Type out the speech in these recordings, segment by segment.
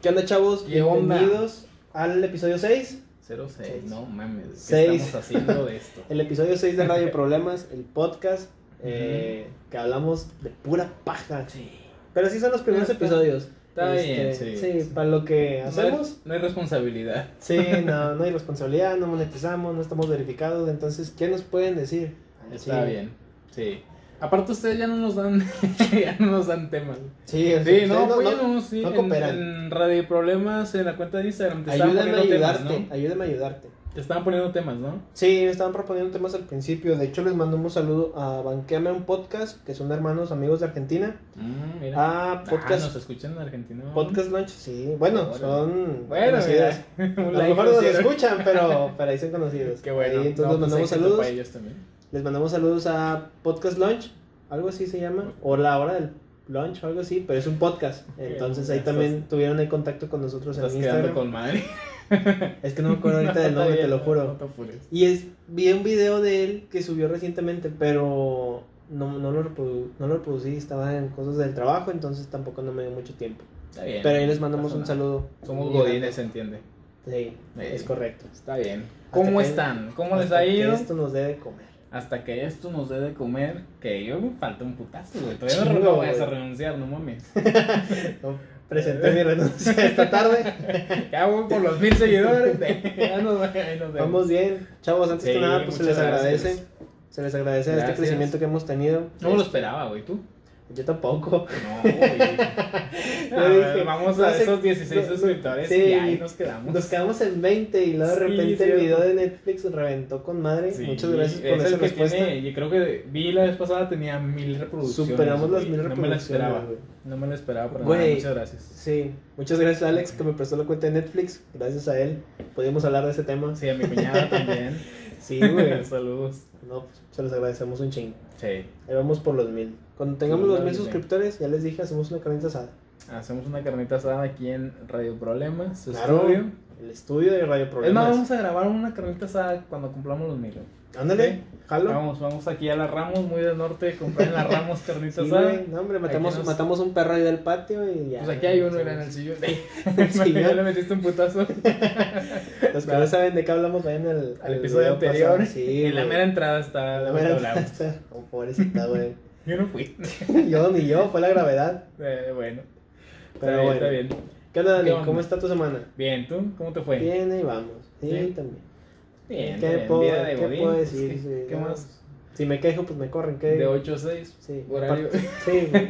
¿Qué onda, chavos? ¿Qué onda? Bienvenidos al episodio 6. 06, Seis. no mames, ¿qué Seis. estamos haciendo de esto? El episodio 6 de Radio Problemas, el podcast eh, que hablamos de pura paja. Sí. Pero sí son los primeros Está- episodios. está Este, bien, sí. para lo que No hay- hacemos. No hay responsabilidad. Sí, no, no hay responsabilidad, no monetizamos, no estamos verificados. Entonces, ¿qué nos pueden decir? Está Sí. bien, sí. Aparte ustedes ya no nos dan, ya no nos dan temas. Sí, o sea, Sí, ustedes no, no, no- apóyanos, sí, no en- cooperan. En, Radio Problemas, en la cuenta de Instagram, te estaban Ayúdame a poniendo ayudarte, temas, ¿no? ayúdame a ayudarte. Te estaban poniendo temas, ¿no? Sí, me estaban proponiendo temas al principio. De hecho, les mando un saludo a Banqueame un podcast, que son hermanos amigos de Argentina. Mm, mira. Ah, Ah, podcast. nos escuchan en Argentina. Podcast Lunch, sí. Bueno, Órale. son Bueno, conocidos. mira. A un lo like mejor no nos hicieron. escuchan, pero, pero ahí son conocidos. Qué bueno. Ahí, entonces No, les pues, mandamos éxito saludos. Pues, para ellos también. Les mandamos saludos a Podcast Lunch, algo así se llama, o la hora del lunch o algo así, pero es un podcast. Entonces ahí Estás- también tuvieron el contacto con nosotros en Estás quedando Instagram. con madre. Es que no me acuerdo ahorita del está nombre, te bien, lo no, juro. no te apures. Y es, vi un video de él que subió recientemente, pero no, no, lo, reprodu- no lo reproducí, estaba en cosas del trabajo, entonces tampoco no me dio mucho tiempo. Está bien. Pero ahí les no mandamos pasa un nada. saludo. Somos Bien. godines, se entiende. Sí, es correcto. Está bien. Hasta ¿Cómo que- están? ¿Cómo les Hasta ha que ido? Esto nos debe comer. Hasta que esto nos dé de comer, que yo me falta un putazo, güey. Todavía Chingo, no no voy a güey. renunciar, no mames. No, presenté mi renuncia esta tarde. Ya voy por los mil seguidores. de- Ya nos, ahí nos vemos. Vamos bien. Chavos, antes Sí, que nada, pues se les muchas agradece. gracias. Se les agradece este Gracias. crecimiento que hemos tenido. No me lo esperaba, güey, tú. Yo tampoco. No, güey. A Yo ver, dije, vamos no a sé- esos 16 no- no- suscriptores sí. y ahí nos quedamos. Nos quedamos en 20 y luego de Sí, repente el cierto. video de Netflix reventó con madre. Sí, Muchas gracias es por esa el que respuesta. tiene- yo creo que vi la vez pasada tenía mil reproducciones. Superamos las güey. mil reproducciones. No me la esperaba. güey. No me la esperaba para Güey. nada. Muchas gracias. Sí, muchas gracias a Alex que me prestó la cuenta de Netflix. Gracias a él pudimos hablar de ese tema. Sí, a mi cuñada también. Sí, güey. Saludos. no, pues, se los agradecemos un chingo. Sí. Ahí vamos por los mil. Cuando tengamos Sí, los vale, mil güey. suscriptores, ya les dije, hacemos una carnita asada. Hacemos una carnita asada aquí en Radio Problemas, su Claro. estudio. El estudio de Radio Es más, Problemas. vamos a grabar una carnita asada cuando cumplamos los mil. Ándale, Sí. jalo. Vamos, vamos aquí a la Ramos, muy del norte, comprar en la Ramos carnita Sí, asada. güey. No, hombre, matamos, nos- matamos un perro ahí del patio y ya. Pues aquí hay uno, mira, en el sillón. ya le metiste un putazo Los que no saben de qué hablamos, vayan al, al video episodio anterior. pasado. Sí, y en la güey. mera entrada está La lo mera que hablamos. entrada. Oh, pobrecita, güey. Yo no fui. Yo ni yo, fue la gravedad. Eh, bueno, Pero está, bueno. bien, está bien. ¿Qué onda, Dani? ¿Qué onda? ¿Cómo está tu semana? Bien, ¿tú? ¿Cómo te fue? Bien, ahí vamos. Sí, Bien. también. Bien, ¿Qué bien, puedo- vida de qué Godín, puedo pues, decir? ¿qué- Sí, ¿Qué no. más? Si me quejo, pues me corren. ¿qué? De 8 a 6. Sí. horario. aparte- Sí, güey.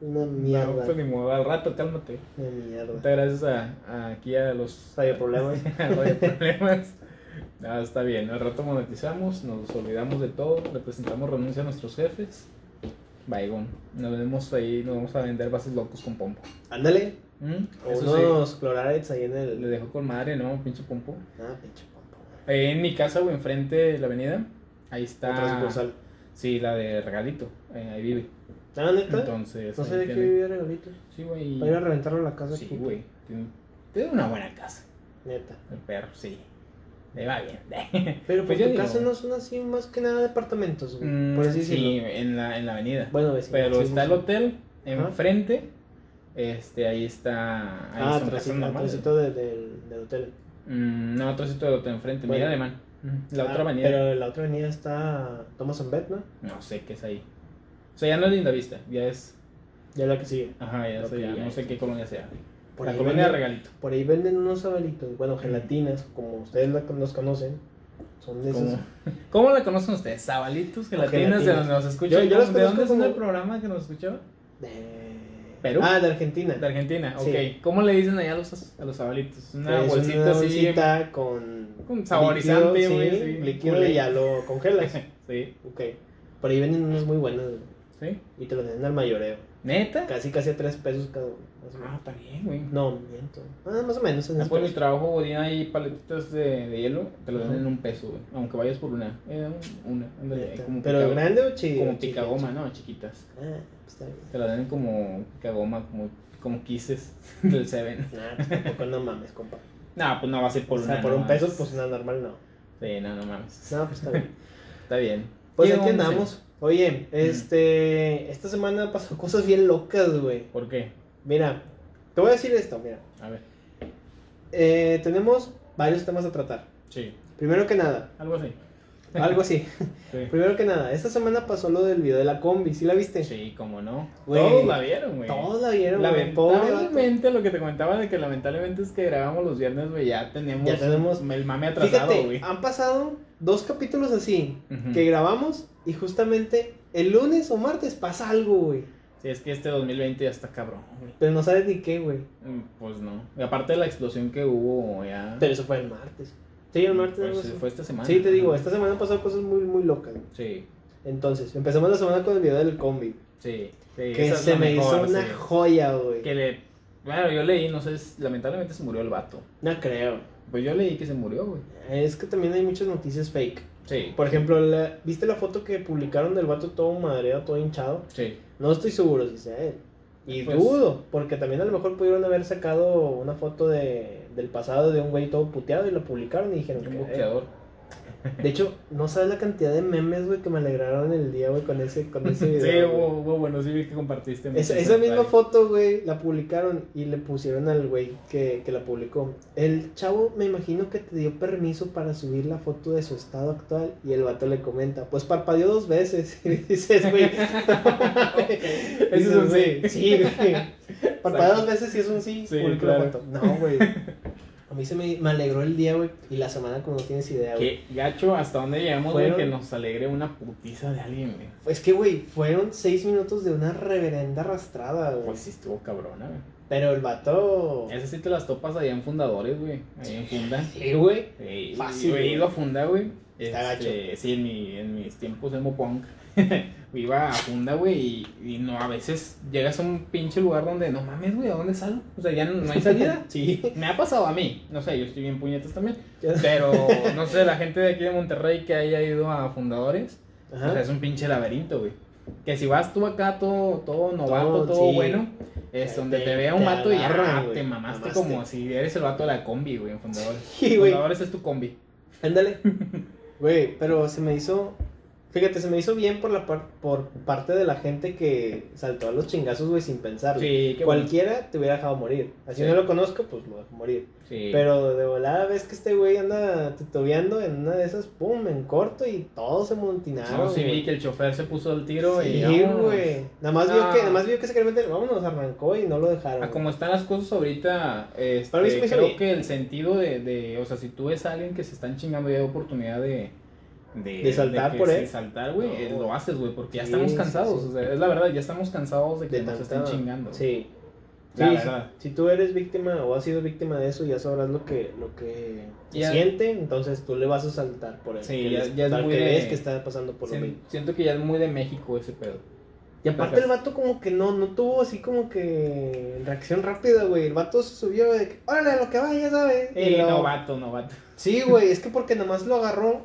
Una mierda. No, pues ni modo, al rato, cálmate. Una mierda. Muchas gracias a, a- aquí a los Radio Problemas. a Radio Problemas. No, está bien, al rato monetizamos, nos olvidamos de todo, le presentamos renuncia a nuestros jefes. Baigón, nos vemos ahí, nos vamos a vender vasos locos con pompo. Ándale. ¿Mm? O Eso sí, unos clorarites ahí en el. le dejó con madre, ¿no? Pinche pompo. Ah, pinche pompo. Eh, en mi casa o enfrente de la avenida, Otra ahí está. sucursal. Sí, la de regalito, eh, ahí vive. Ah, neta. Entonces, no ahí sé de qué tiene- vivía regalito. Sí, güey. Para ir a reventarlo en la casa. Sí, puto. güey. Tiene- Tiene una buena casa. Neta. El perro, sí. Le va bien. Pero pues, yo tu digo- casa no son así más que nada departamentos, güey. Mm, por así sí, decirlo. en la, en la avenida. Bueno, vecino. Pero sí, está el sí. hotel enfrente. Este, ahí está. Ahí Ah, son casas trocito, normales. trocito de- del, del hotel. Mm, no, trocito del hotel enfrente. Bueno. Mira, alemán. Ujú, La Ah, otra avenida. Pero la otra avenida está Thomas and Bet, ¿no? No sé qué es ahí. O sea, ya no es linda vista. Ya es. Ya la que sigue. Ajá, ya, Ok, sé, ya ya no sé. sé qué colonia sea. Por la ahí colonia de venden- regalito. Por ahí venden unos abalitos, bueno, gelatinas, como ustedes la- los conocen. Son de esos. ¿Cómo, ¿Cómo la conocen ustedes? Sabalitos, gelatinas, de Gelatinas. donde nos escuchan. Yo- yo las ¿De dónde conozco es el como- programa que nos escuchaba? De... ¿Perú? Ah, de Argentina. De Argentina, ok. Sí. ¿Cómo le dicen allá a los, a los sabalitos? Una Es bolsita una así. bolsita con... con saborizante, líquido, güey, sí, sí. líquido Culé. y ya lo congelas. Sí, ok. Por ahí venden unos muy buenos, güey, sí. Y te los venden al mayoreo. ¿Neta? Casi, casi a 3 pesos cada uno. más o menos. Ah, está bien, güey. No, miento. Ah, más o menos. en Ah, ese por mi precio. trabajo, Godín, hay paletitas de, de hielo, te las Ajá. venden en un peso, güey. Aunque vayas por una. Eh, una, ándale, Neta. como Pero pica- grande o chido. Como picagoma, ¿no? Chiquitas. Ah, pues está bien. Te las venden como picagoma, como, como quises del Seven. Nah, pues tampoco no mames, compa. No, pues no vas a ir por o una. sea, por no un mames. peso, pues nada normal no. Sí, no, no mames. No, pues está bien. Está bien. Pues ¿Qué aquí vamos a andamos. Oye, este. Esta semana pasó cosas bien locas, güey. hacer? ¿Por qué? Mira, Te voy a decir esto, mira. A ver. Eh, tenemos varios temas a tratar. Sí. Primero que nada, Algo así. algo así. Sí. Primero que nada, esta semana pasó lo del video de la combi, ¿sí la viste? Sí, como no. Güey. Todos la vieron, güey. Todos la vieron, güey, pobre vato. Lamentablemente, lo que te comentaba de que lamentablemente es que grabamos los viernes, güey, ya tenemos, Ya tenemos- el mame atrasado, Fíjate, güey. han pasado dos capítulos así Ujú. que grabamos y justamente el lunes o martes pasa algo, güey. Sí, es que este 2020 ya está cabrón, güey. Pero no sabes ni qué, güey. Mm, Pues no. Y aparte de la explosión que hubo ya. Pero eso fue el martes. Sí, el martes. Pues, algo sí, así. fue esta semana. Sí, te digo, esta semana han pasado cosas muy, muy locas. güey. Sí, Entonces, empezamos la semana con el video del combi. sí. sí, Que esa es se la me mejor, hizo una sí. joya, güey. Que le. Bueno, yo leí, no sé, es- lamentablemente se murió el vato. No creo. Pues yo leí que se murió, güey. Es que también hay muchas noticias fake. Sí. Por ejemplo, la- ¿viste la foto que publicaron del vato todo madreado, todo hinchado? Sí. No estoy seguro si sea él. Y Pues- dudo, porque también a lo mejor pudieron haber sacado una foto de, del pasado de un güey todo puteado y lo publicaron y dijeron Un que... eh. boxeador. De hecho, no sabes la cantidad de memes, güey, que me alegraron el día, güey, con ese, con ese Sí, video. güey. hubo, hubo, bueno, sí vi que compartiste. Esa, mucho esa ese misma detalle. foto, güey, la publicaron y le pusieron al güey que, que la publicó. El chavo, me imagino que te dio permiso para subir la foto de su estado actual y el vato le comenta, pues parpadeó dos veces. Y dices, güey, Ese dices, es un güey, sí. Sí, güey. Parpadeó dos veces y es un sí. Sí, publica claro. la foto. No, güey. A mí se me, me alegró el día, güey, y la semana como no tienes idea, güey. Qué gacho, hasta dónde llegamos, güey, Fueron- que nos alegre una putiza de alguien, güey. Es que, güey, fueron seis minutos de una reverenda arrastrada, güey. Pues sí, estuvo cabrona, güey. Pero el vato... Esas sí te las topas allá en fundadores, güey. Ahí en funda. Sí, güey. Sí, Fácil, Yo he güey. ido a funda, güey. Está Este, Sí, en, mi, en mis tiempos emo punk. Iba a funda, güey, y, y no, a veces llegas a un pinche lugar donde no mames, güey, ¿a dónde salgo? O sea, ya no, no hay salida. Sí. Me ha pasado a mí, no sé, yo estoy bien puñetas también. Ya- Pero no sé, la gente de aquí de Monterrey que haya ido a fundadores, o sea, Ajá. es un pinche laberinto, güey. Que si vas tú acá todo, todo novato, Todo, todo, sí. bueno, es Te- donde te, te- vea un te vato y agarran, ya güey. te mamaste, Mamaste. como si eres el vato de la combi, güey, en fundadores. Sí, güey. Fundadores es tu combi. Ándale. Güey, pero se me hizo. Fíjate, se me hizo bien por la par- por parte de la gente que saltó a los chingazos, güey, sin pensarlo. Sí, qué bueno. Cualquiera te hubiera dejado morir. Así Sí. no lo conozco, pues lo dejo morir. Sí. Pero de volada ves que este güey anda tutoreando en una de esas, pum, en corto y todos se montinaron. No, sí vi que el chofer se puso el tiro y. ah, Sí, vámonos. güey. Nada más vio Ah. que, nada más vio que se quería meter, vámonos, arrancó y no lo dejaron. A Ah, como están las cosas ahorita, este, Para mí se me hizo creo bien. que el sentido de, de, o sea, si tú ves a alguien que se están chingando y hay oportunidad de, De saltar que por sí, él. saltar, güey, No. eh, lo haces, güey, porque ya Sí, estamos sí, cansados, sí. o sea, es la verdad, ya estamos cansados de que de nos tanta- estén chingando. Sí. La Sí, verdad. si, si tú eres víctima o has sido víctima de eso, ya sabrás lo que lo que se Ya- siente, entonces tú le vas a saltar por él. Sí, que ya- le- ya es al muy que de- ves que está pasando por lo Sien- mismo. siento que ya es muy de México ese pedo. Y aparte Ajá. el vato como que no, no tuvo así como que reacción rápida, güey. El vato se subió de que, órale, a lo que va, ya sabes. Y Eh, lo- novato, novato. Sí, güey, es que porque nada más lo agarró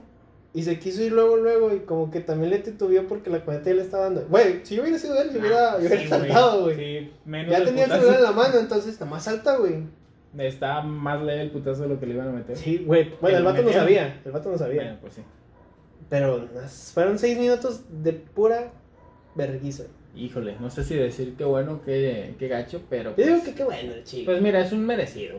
y se quiso ir luego, luego, y como que también le titubeó porque la cuenta le estaba dando. Güey, si yo hubiera sido él, yo hubiera, yo hubiera Ah, Sí, saltado, güey. Sí, menos ya el tenía el putazo. celular en la mano, entonces nada más salta, güey. Está más leve el putazo de lo que le iban a meter. Sí, güey. Bueno, el lo vato no metieron. sabía. El vato no sabía. Bueno, pues sí. Pero nas- fueron seis minutos de pura verguiza. Híjole, no sé si decir qué bueno, qué, qué gacho, pero Yo pues, digo que qué bueno el chico. pues mira, es un merecido.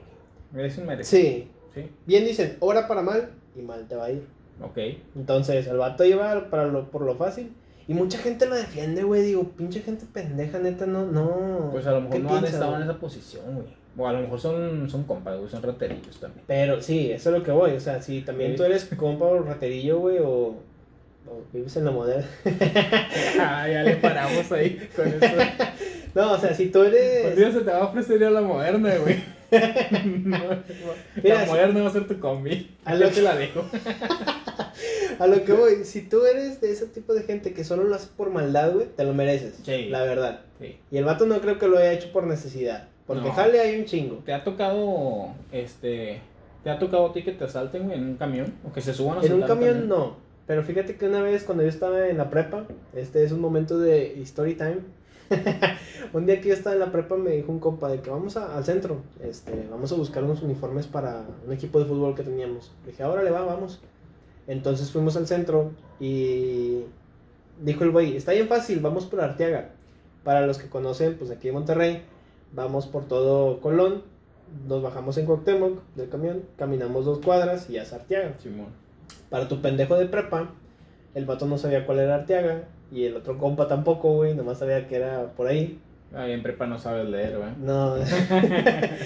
Es un merecido. Sí. Sí. Bien dicen, obra para mal y mal te va a ir. Ok. Entonces, el vato iba para lo, por lo fácil. Y mucha gente lo defiende, güey. Digo, pinche gente pendeja, neta, no, no. Pues a lo ¿Qué mejor no han piensas, estado güey? en esa posición, güey. O a lo mejor son, son compas, güey, son raterillos también. Pero sí, eso es lo que voy. O sea, si también Sí. tú eres compa o raterillo, güey, o, o vives en la moderna. ah, ya le paramos ahí con eso. No, o sea, si tú Un eres. día se te va a ofrecer ya la moderna, güey. No, Mira, la moderna va a ser tu combi. A A lo- te la dejo. A lo que voy, si tú eres de ese tipo de gente que solo lo hace por maldad, güey, te lo mereces. Sí. La verdad. Sí. Y el vato no creo que lo haya hecho por necesidad. Porque No. jale hay un chingo. ¿Te ha tocado, este, te ha tocado a ti que te asalten, güey, en un camión? ¿O que se suban a En un asaltar camión también? no. Pero fíjate que una vez cuando yo estaba en la prepa, este es un momento de story time. un día que yo estaba en la prepa me dijo un compa de que vamos a- al centro, este, vamos a buscar unos uniformes para un equipo de fútbol que teníamos. Le dije, ahora le va, vamos. Entonces fuimos al centro y dijo el güey, está bien fácil, vamos por Arteaga. Para los que conocen, pues aquí en Monterrey, Vamos por todo Colón, nos bajamos en Cuauhtémoc del camión, caminamos dos cuadras y ya es Arteaga. Simón. Para tu pendejo de prepa, el vato no sabía cuál era Arteaga y el otro compa tampoco, güey, nomás sabía que era por ahí. Ay, en prepa no sabes leer, ¿verdad? No,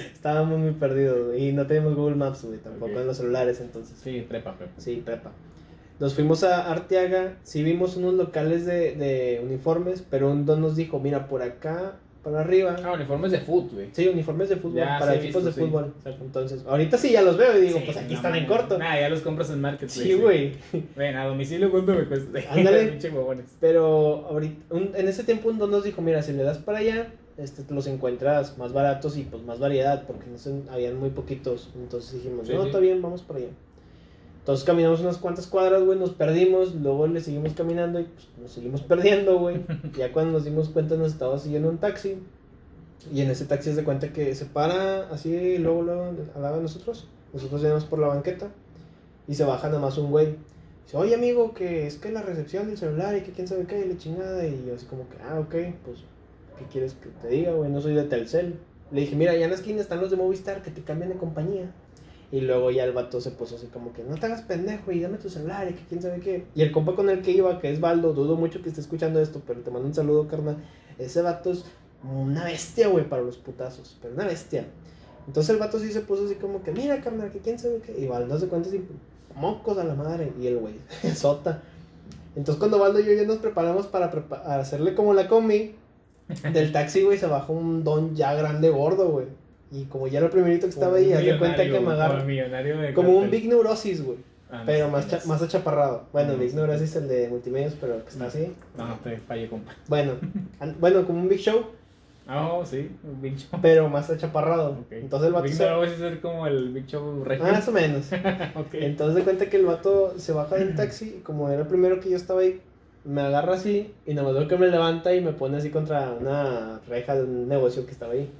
estábamos muy perdidos güey, y no teníamos Google Maps, güey, tampoco Ok. en los celulares, entonces. Sí, trepa, prepa. Sí, prepa. Nos fuimos a Arteaga, sí vimos unos locales de, de uniformes, pero un don nos dijo, mira, por acá, para arriba. Ah, uniformes de fútbol, güey. Sí, uniformes de fútbol, Ya, para sí, he equipos visto, de sí. fútbol. Exacto. Entonces, ahorita sí ya los veo y digo, Sí, pues aquí no están en mames. corto. Nah, ya los compras en Marketplace. Sí, güey. Ven, a domicilio, ¿cuánto me cuesta? Ándale. Pinche huevones. Pero ahorita, un- en ese tiempo un don nos dijo, mira, si le das para allá, este, te los encuentras más baratos y pues más variedad, porque no sé, habían muy poquitos. Entonces dijimos, Sí, no, sí. está bien, vamos para allá. Entonces caminamos unas cuantas cuadras, güey, nos perdimos, luego le seguimos caminando y pues, nos seguimos perdiendo, güey. ya cuando nos dimos cuenta nos estaba siguiendo un taxi. Y en ese taxi se de cuenta que se para así, y luego, luego, al lado de nosotros. Nosotros llegamos por la banqueta y se baja nada más un güey. Dice, oye amigo, que es que la recepción del celular y que quién sabe qué, y la chingada. Y yo así como que, ah, ok, pues, ¿qué quieres que te diga, güey? No soy de Telcel. Le dije, mira, allá en la esquina están los de Movistar que te cambian de compañía. Y luego ya el vato se puso así como que, no te hagas pendejo y dame tu celular y que quién sabe qué. Y el compa con el que iba, que es Baldo, dudo mucho que esté escuchando esto, pero te mando un saludo, carnal. Ese vato es una bestia, güey, para los putazos, pero una bestia. Entonces el vato sí se puso así como que, mira, carnal, que quién sabe qué. Y Baldo se cuenta así, mocos a la madre. Y el güey, sota. Entonces cuando Baldo y yo ya nos preparamos para prepa- a hacerle como la combi, del taxi, güey, se bajó un don ya grande, gordo, güey. Y como ya era el primerito que estaba ahí, Un haz de cuenta que millonario, me agarra. Como millonario de Como un cartel. Big Neurosis, güey. Ah, no Pero sé más, quién cha- es. más achaparrado. Bueno, Mm. Big Neurosis es el de multimedios, pero que está así. No, no, te fallé, compa. Bueno, an- bueno, como un Big Show, Ah, oh, sí, un Big Show. pero más achaparrado. Ok. Entonces el vato Big se... Show es ser como el Big Show regio. Más o menos. ok. Entonces de cuenta que el vato se baja del taxi y como era el primero que yo estaba ahí, me agarra así y nada más veo que me levanta y me pone así contra una reja de un negocio que estaba ahí.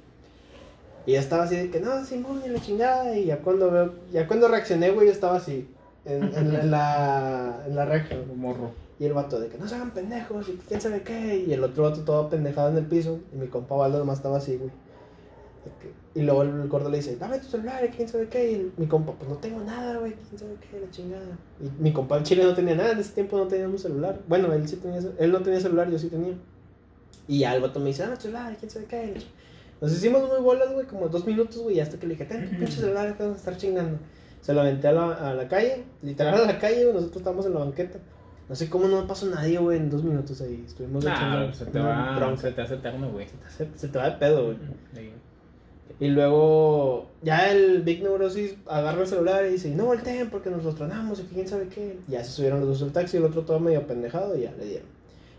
Y ya estaba así de que no, Simón, y la chingada. Y ya cuando veo, ya cuando reaccioné, güey, yo estaba así, en, en la- en la, en la reja. Un Morro. Y el vato de que no se hagan pendejos y que quién sabe qué. Y el otro vato todo pendejado en el piso. Y mi compa Valdo nomás estaba así, güey. De que- Y luego el, el gordo le dice, dame tu celular, y quién sabe qué. Y el- mi compa, pues no tengo nada, güey, quién sabe qué, la chingada. Y mi compa en Chile no tenía nada, en ese tiempo no teníamos celular. Bueno, él sí tenía, ce- él no tenía celular, yo sí tenía. Y ya el vato me dice, dame tu celular, quién sabe qué. la chi-". Nos hicimos muy bolas, güey, como dos minutos, güey, hasta que le dije, ten tu pinche celular, que vas a estar chingando. Se lo aventé a la, a la calle, literal a la calle, güey, nosotros estábamos en la banqueta. No sé cómo no pasó nadie, güey, en dos minutos ahí. Estuvimos Nah, echando se te una va, bronca. se te hace eterno, güey. Se- se te va de pedo, güey. Sí. Y luego ya el Big Neurosis agarra el celular y dice, no volteen porque nos los tronamos y que quién sabe qué. Y ya se subieron los dos al taxi y el otro todo medio pendejado y ya le dieron.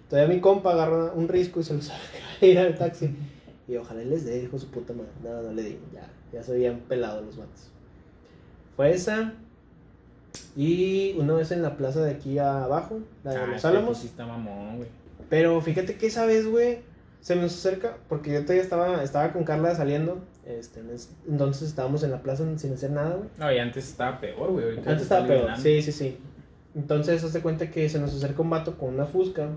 Todavía mi compa agarra un risco y se lo saca a ir al taxi. Y ojalá les dé, dijo su puta madre. No, no le di, ya, ya se habían pelado los matos. Fue esa. Y una vez en la plaza de aquí abajo, la de Ah, Los este, pues, Álamos. Sí, está mamón, güey. Pero fíjate que esa vez, güey, se nos acerca, porque yo todavía estaba, estaba con Carla saliendo, este, en es- entonces estábamos en la plaza sin hacer nada, güey. No, y antes estaba peor, güey. ahorita Antes se está estaba peor. liberando. Sí, sí, sí. Entonces, hazte cuenta que se nos acerca un vato con una fusca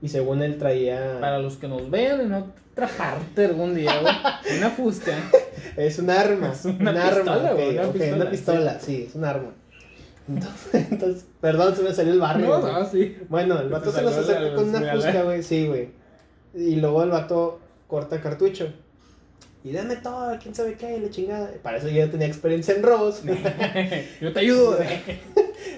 y según él traía... Para los que nos vean en otra parte algún día, güey. Una fusca. Es un arma. Es una un pistola, arma. ok, ok, güey, una una pistola, pistola, sí. es un arma. Entonces, entonces, perdón, se me salió el barrio. güey. sí. Bueno, el Te vato se nos salió la- acerca con una la- fusca, güey. Sí, güey. Y luego el vato corta cartucho. Y dame todo, quién sabe qué, la chingada. Para eso yo ya tenía experiencia en robos. Yo te ayudo, güey.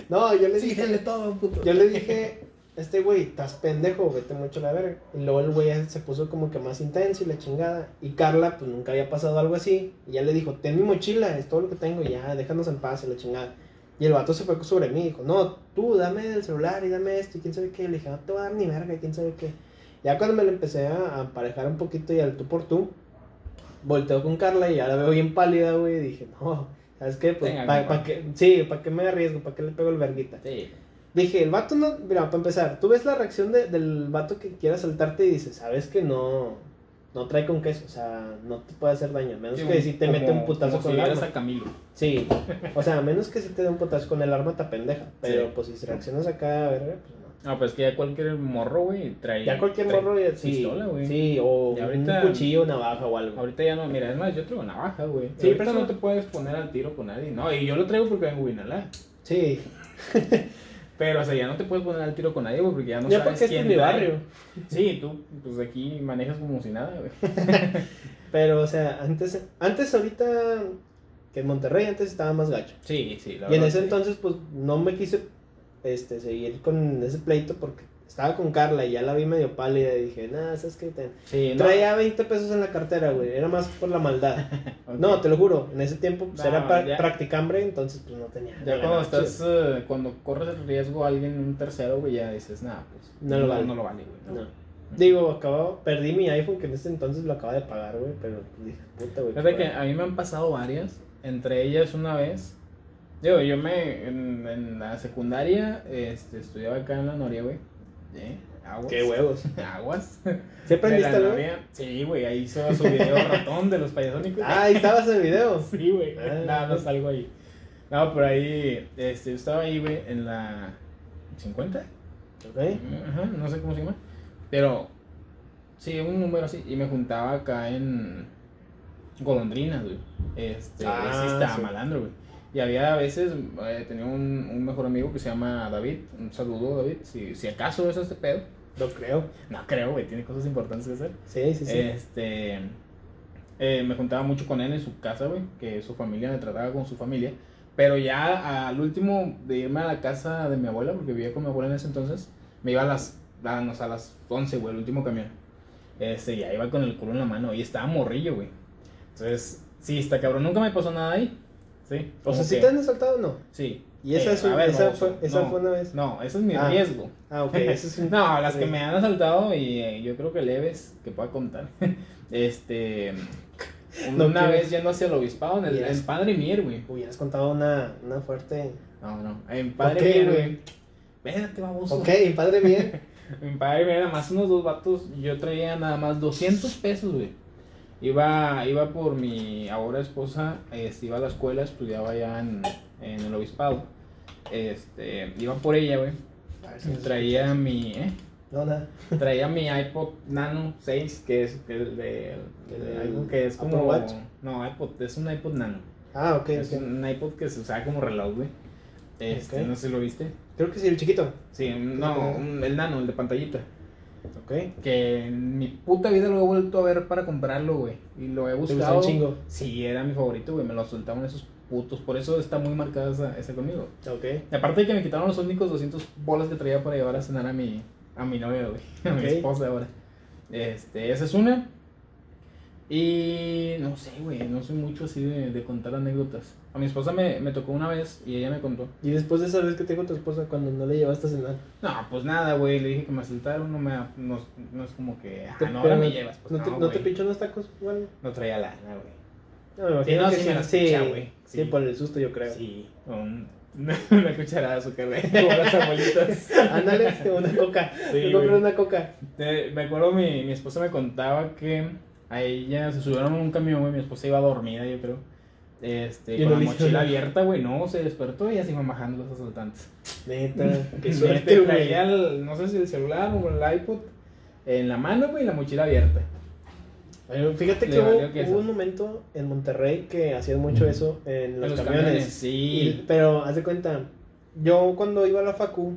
no, yo le Sí, dije, dale todo, puto. yo le dije, este güey, estás pendejo, vete mucho a la verga. Y luego el güey ya se puso como que más intenso y la chingada. Y Carla, pues nunca había pasado algo así. Y ya le dijo, ten mi mochila, es todo lo que tengo, ya, déjanos en paz y la chingada. Y el vato se fue sobre mí, dijo, no, tú dame el celular y dame esto y quién sabe qué. Le dije, no te voy a dar ni verga, quién sabe qué. Ya cuando me lo empecé a a emparejar un poquito y al tú por tú, volteo con Carla y ya la veo bien pálida, güey. y Dije, no, ¿sabes qué? Pues, Venga, pa, compa. pa que, sí, ¿para qué me arriesgo? ¿Para qué le pego el verguita? Sí. Dije, el vato no. Mira, para empezar, tú ves la reacción de- del vato que quiere asaltarte y dices, sabes que no. No trae con queso, o sea, no te puede hacer daño. a Menos que si te mete un putazo con si el vieras arma. a Camilo. Sí, o sea, a menos que si te dé un putazo con el arma, te pendeja. Pero Sí. pues si reaccionas acá, verga, pues no. No, pues que ya cualquier morro, güey, trae. Ya cualquier trae morro ya sí. Pistola, güey. Sí, o Y ahorita- un cuchillo, navaja o algo. Ahorita ya no, mira, es más, yo traigo navaja, güey. Sí, Sí, pero pero- no te puedes poner al tiro con nadie. No, y yo lo traigo porque vengo a Guinalá. Sí. Pero, o sea, ya no te puedes poner al tiro con nadie, güey, porque ya no ya sabes porque este es quién mi trae. barrio. Sí, tú, pues aquí manejas como si nada, güey. Pero, o sea, antes, antes ahorita que en Monterrey antes estaba más gacho. Sí, sí, la Y en verdad, ese sí. entonces, pues, no me quise este, seguir con ese pleito porque estaba con Carla y ya la vi medio pálida y dije, nada, ¿sabes qué? Ten- Sí, no. Traía 20 pesos en la cartera, güey. Era más por la maldad. Ok. No, te lo juro. En ese tiempo pues, No, era pra- ya. practicambre, entonces, pues, no tenía. Ya no cuando ganaba estás, chido. eh, cuando corres el riesgo a alguien, un tercero, güey, ya dices, nada, pues. No lo vale. No lo vale, güey. ¿no? No. Digo, acababa, perdí mi iPhone que en ese entonces lo acababa de pagar, güey, pero dije, puta, güey. Fíjate por que ahí. a mí me han pasado varias, entre ellas una vez. Digo, yo me en, en la secundaria este, estudiaba acá en la Noria, güey. ¿Eh? Aguas. Qué huevos. Aguas. ¿Sí De aprendiste la algo? Noria. Sí, güey, ahí hizo su video ratón de los payasónicos. Ah, ahí estabas en el video. Sí, güey. Ah. Nada, no salgo ahí. No, pero ahí, este, yo estaba ahí, güey, en la 50. Ok. Ajá, no sé cómo se llama. Pero, sí, un número así. Y me juntaba acá en Golondrinas, güey. Este, Ah, sí estaba sí. malandro, güey. Y había a veces, eh, tenía un, un mejor amigo que se llama David. Un saludo, David. Si, si acaso es este pedo. Lo creo. No creo, güey, tiene cosas importantes que hacer. Sí, sí, sí. Este. eh, me juntaba mucho con él en su casa, güey. Que su familia me trataba con su familia. Pero ya al último de irme a la casa de mi abuela, porque vivía con mi abuela en ese entonces, me iba a las, a, no sé, a las 11, güey, el último camión. Este, ya iba con el culo en la mano y estaba morrillo, güey. Entonces, sí, está cabrón. Nunca me pasó nada ahí. Sí. o como sea, ¿sí que- te han asaltado o no? Sí. Y esa, Eh, es un- a ver, esa, no, fue, esa no, fue una vez. No, ese es mi Ah. riesgo. Ah, ok, esa es un... No, las que Sí. me han asaltado y eh, yo creo que leves que pueda contar. Este. No una quiero- vez yendo hacia el obispado en, el, Yes. en Padre Mier, güey. Hubieras contado una, una fuerte... No, no. En Padre Ok, Mier, güey. güey. Espérate, baboso. Ok, padre bien. En Padre Mier, nada más unos dos vatos. Yo traía nada más 200 pesos, güey. Iba, iba por mi ahora esposa, este, iba a la escuela, estudiaba allá en, en el obispado. Este, iba por ella, güey. A ver si nos- Traía mi. ¿eh? No, nada. Traía mi iPod Nano 6, que es que el de, el de El iPhone, que es Apple como Watch. no, iPod, es un iPod Nano. Ah, ok, Es ok. un iPod que se usaba como reloj, güey. Este, Ok. no sé si lo viste. Creo que sí, el chiquito. Sí, no, un- el Nano, el de pantallita, Ok. que en mi puta vida lo he vuelto a ver para comprarlo, güey, y lo he gustó buscado. un chingo? Sí, era mi favorito, güey, me lo soltaban esos putos, por eso está muy marcada esa, esa conmigo. Ok. Y aparte de que me quitaron los únicos 200 bolas que traía para llevar a cenar a mi, a mi novia, güey. A mi Ok. esposa ahora. Este, esa es una. Y no sé, güey, no soy mucho así de, de contar anécdotas. A mi esposa me, me tocó una vez y ella me contó. Y después de esa vez que te dijo tu esposa cuando no le llevaste a cenar. No, pues nada, güey, le dije que me asaltaron, no me... No, no es como que... Ah, Te- no, pero ahora me llevas. Pues ¿No, no, te, ¿no te güey. pinchó unos tacos igual? No traía lana, güey. No, me imagino no, que sí sí. me las sí, pincha, güey. sí, Sí. por el susto yo creo. Sí, un- una cucharada de azúcar, güey. Como las abuelitas. Ándale, una coca. Sí, Yo compré güey. una coca. Te- me acuerdo, mi, mi esposa me contaba que a ella se subieron a un camión, güey. Mi esposa iba dormida, yo creo. Este, Y no con la le hicieron mochila nada. abierta, güey. No, se despertó y así iban bajando los asaltantes. Neta, qué Este, suerte, güey. traía el- no sé si el celular o el iPod en la mano, güey, y la mochila abierta. Bueno, Eh, Fíjate Le que hubo, valió queso. hubo un momento en Monterrey que hacían mucho eso en los, En camiones. sí. Y- pero haz de cuenta, yo cuando iba a la facu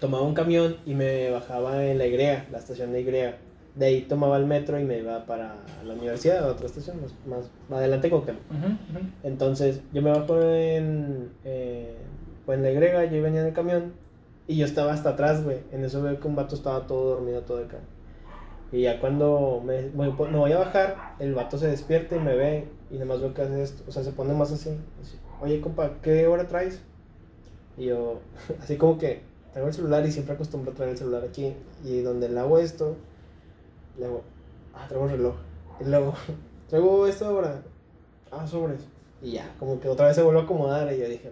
tomaba un camión y me bajaba en la Y, la estación de Y. De ahí tomaba el metro y me iba para la universidad, a otra estación, más, más- más adelante con Ujú, ujú. Entonces yo me bajo en, eh, pues, en la Y, yo venía en el camión y yo estaba hasta atrás, güey. En eso veo que un vato estaba todo dormido, todo acá. Y ya cuando me, me- me voy a bajar, el vato se despierta y me ve y nada más veo que hace esto. O sea, se pone más así. Dice, Oye, compa, ¿qué hora traes? Y yo, así como que traigo el celular y siempre acostumbro a traer el celular aquí. Y donde le hago esto, le hago, ah, traigo el reloj. Y luego, traigo esto ahora, ah, sobres. Y ya, como que otra vez se vuelve a acomodar. Y yo dije,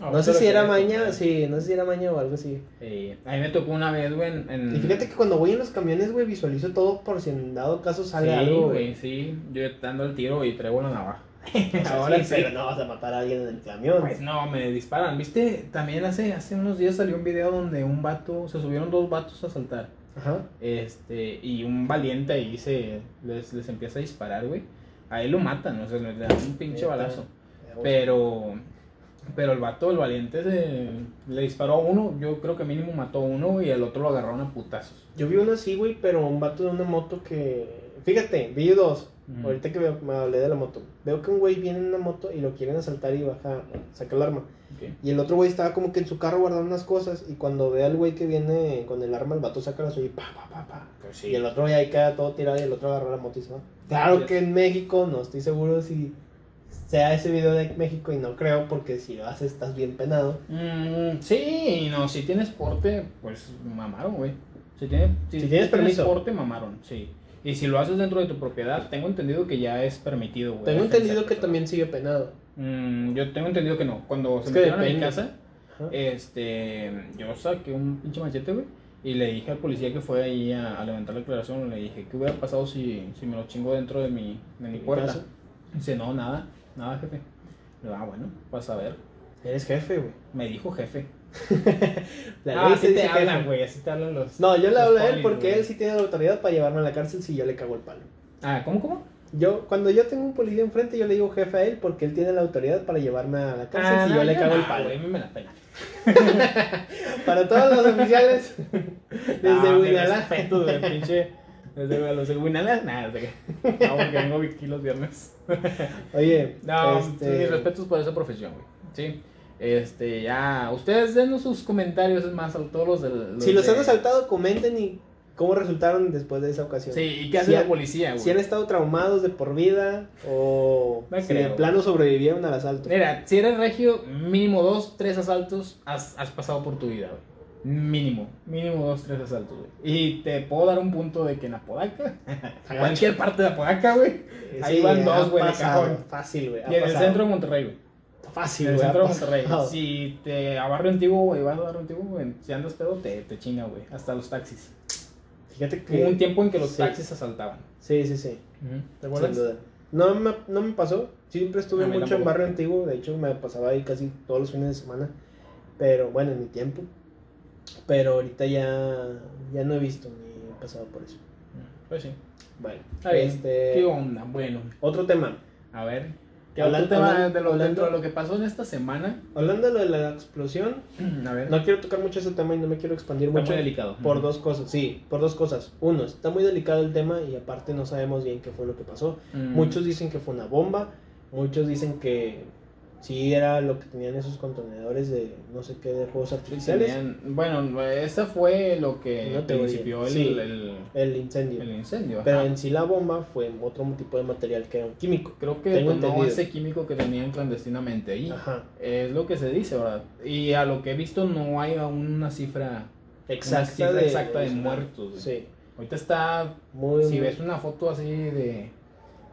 Ah, no sé pero si era que- maña, sí, no sé si era maña o algo así. Sí. A mí me tocó una vez, güey, en, en- Y fíjate que cuando voy en los camiones, güey, visualizo todo por si en dado caso sale sí, algo, güey. güey, sí. Yo dando el tiro y traigo la navaja. O sea, Ahora sí, sí. pero no vas a matar a alguien en el camión. Pues no, me disparan. ¿Viste? También hace, hace unos días salió un video donde un vato, se subieron dos vatos a saltar. Ajá. Este, y un valiente ahí se les, les empieza a disparar, güey. A él lo matan, o sea, le dan un pinche Neta. balazo. Pero, pero el vato, el valiente, se, le disparó a uno. Yo creo que mínimo mató a uno y al otro lo agarraron a putazos. Yo vi uno así, güey, pero un vato de una moto que. Fíjate, vi dos. Ujú. Ahorita que me- me hablé de la moto. Veo que un güey viene en una moto y lo quieren asaltar y baja, saca el arma. Ok. Y el otro güey estaba como que en su carro guardando unas cosas. Y cuando ve al güey que viene con el arma, el vato saca la suya y pa, pa, pa, pa. Pues sí. Y el otro güey ahí queda todo tirado y el otro agarró la moto y se va. Claro que en México, no estoy seguro si sea ese video de México y no creo, porque si lo haces estás bien penado. Mm, sí, no, si tienes porte, pues mamaron, güey. Si, tiene- Si tienes permiso. porte, mamaron, sí. Y si lo haces dentro de tu propiedad, tengo entendido que ya es permitido, güey. Tengo defensa entendido que personal. también sigue penado. Mm, yo tengo entendido que no. Cuando se Es que metieron a mi depende. casa, Ajá. este, yo saqué un pinche machete, güey. Y le dije al policía que fue ahí a, a levantar la declaración, le dije, ¿qué hubiera pasado si, si me lo chingo dentro de mi, de mi ¿En puerta? casa? Dice, no, nada, nada, jefe. Le digo, ah, bueno, vas a ver. Eres jefe, güey. Me dijo jefe. La ah, ley así sí te dice hablan, jefe. güey, así te hablan los... No, yo le los hablo a él polis, porque güey. él sí tiene la autoridad para llevarme a la cárcel si yo le cago el palo. Ah, ¿cómo, cómo? Yo, cuando yo tengo un policía enfrente, yo le digo jefe a él porque él tiene la autoridad para llevarme a la cárcel si Ah, no, yo le cago el no, palo. güey, a mí me la pela. Para todos los oficiales, desde Ah, me Huinalá. respeto, güey, pinche... Desde los de Huinalá, nada, de- no, porque vengo aquí los viernes. Oye, No, este, sí, mis respetos por esa profesión, güey. Sí. Este, ya, ustedes denos sus comentarios, es más, a todos los del... si los de- han asaltado, comenten y cómo resultaron después de esa ocasión. Sí, ¿y qué hace Si la han- policía, güey? Si han estado traumados de por vida o No si creo. de plano sobrevivieron al asalto. Mira, si eres regio, mínimo dos, tres asaltos has, has pasado por tu vida, güey. Mínimo, mínimo dos, tres asaltos, güey. Y te puedo dar un punto de que en Apodaca, Ah, cualquier parte de Apodaca, güey, Sí, ahí van dos, ha güey, de pasado, cajón. Fácil, güey. ha y en el pasado. centro de Monterrey, güey. Fácil, En el güey, ha centro de Monterrey. pasado. Si te a barrio antiguo, güey, vas a barrio antiguo, güey, si andas pedo, te, te chinga, güey. Hasta los taxis. Fíjate que. Hubo un tiempo en que los Sí. taxis asaltaban. Sí, sí, sí. ¿Te Sin duda. No me, no me pasó. Siempre estuve A mí mucho en tampoco. barrio antiguo. De hecho, me pasaba ahí casi todos los fines de semana. Pero bueno, en mi tiempo. Pero ahorita ya, ya no he visto ni he pasado por eso. Pues sí. Bueno, Está bien. este, ¿Qué onda? Bueno, otro tema. a ver. ¿Qué Hablan- otro tema hablan- de lo, hablando- dentro de lo que pasó en esta semana? Hablando de lo de la explosión, A ver. no quiero tocar mucho ese tema y no me quiero expandir Está mucho. muy delicado. Por dos cosas, sí, por dos cosas. Uno, está muy delicado el tema y aparte no sabemos bien qué fue lo que pasó. Mm. Muchos dicen que fue una bomba, muchos dicen que sí era lo que tenían esos contenedores de no sé qué de juegos artificiales, Tenían- Bueno, esa fue lo que Una teoría. principió el, Sí. el, el incendio. el incendio. Pero ajá. en sí la bomba fue otro tipo de material que era un químico. Creo que tengo detonó entendido. ese químico que tenían clandestinamente ahí. Ajá, Es lo que se dice, ¿verdad? Y a lo que he visto no hay aún una cifra exacta cifra de, exacta de muertos, güey. Sí, Ahorita está, muy si ves una foto así de,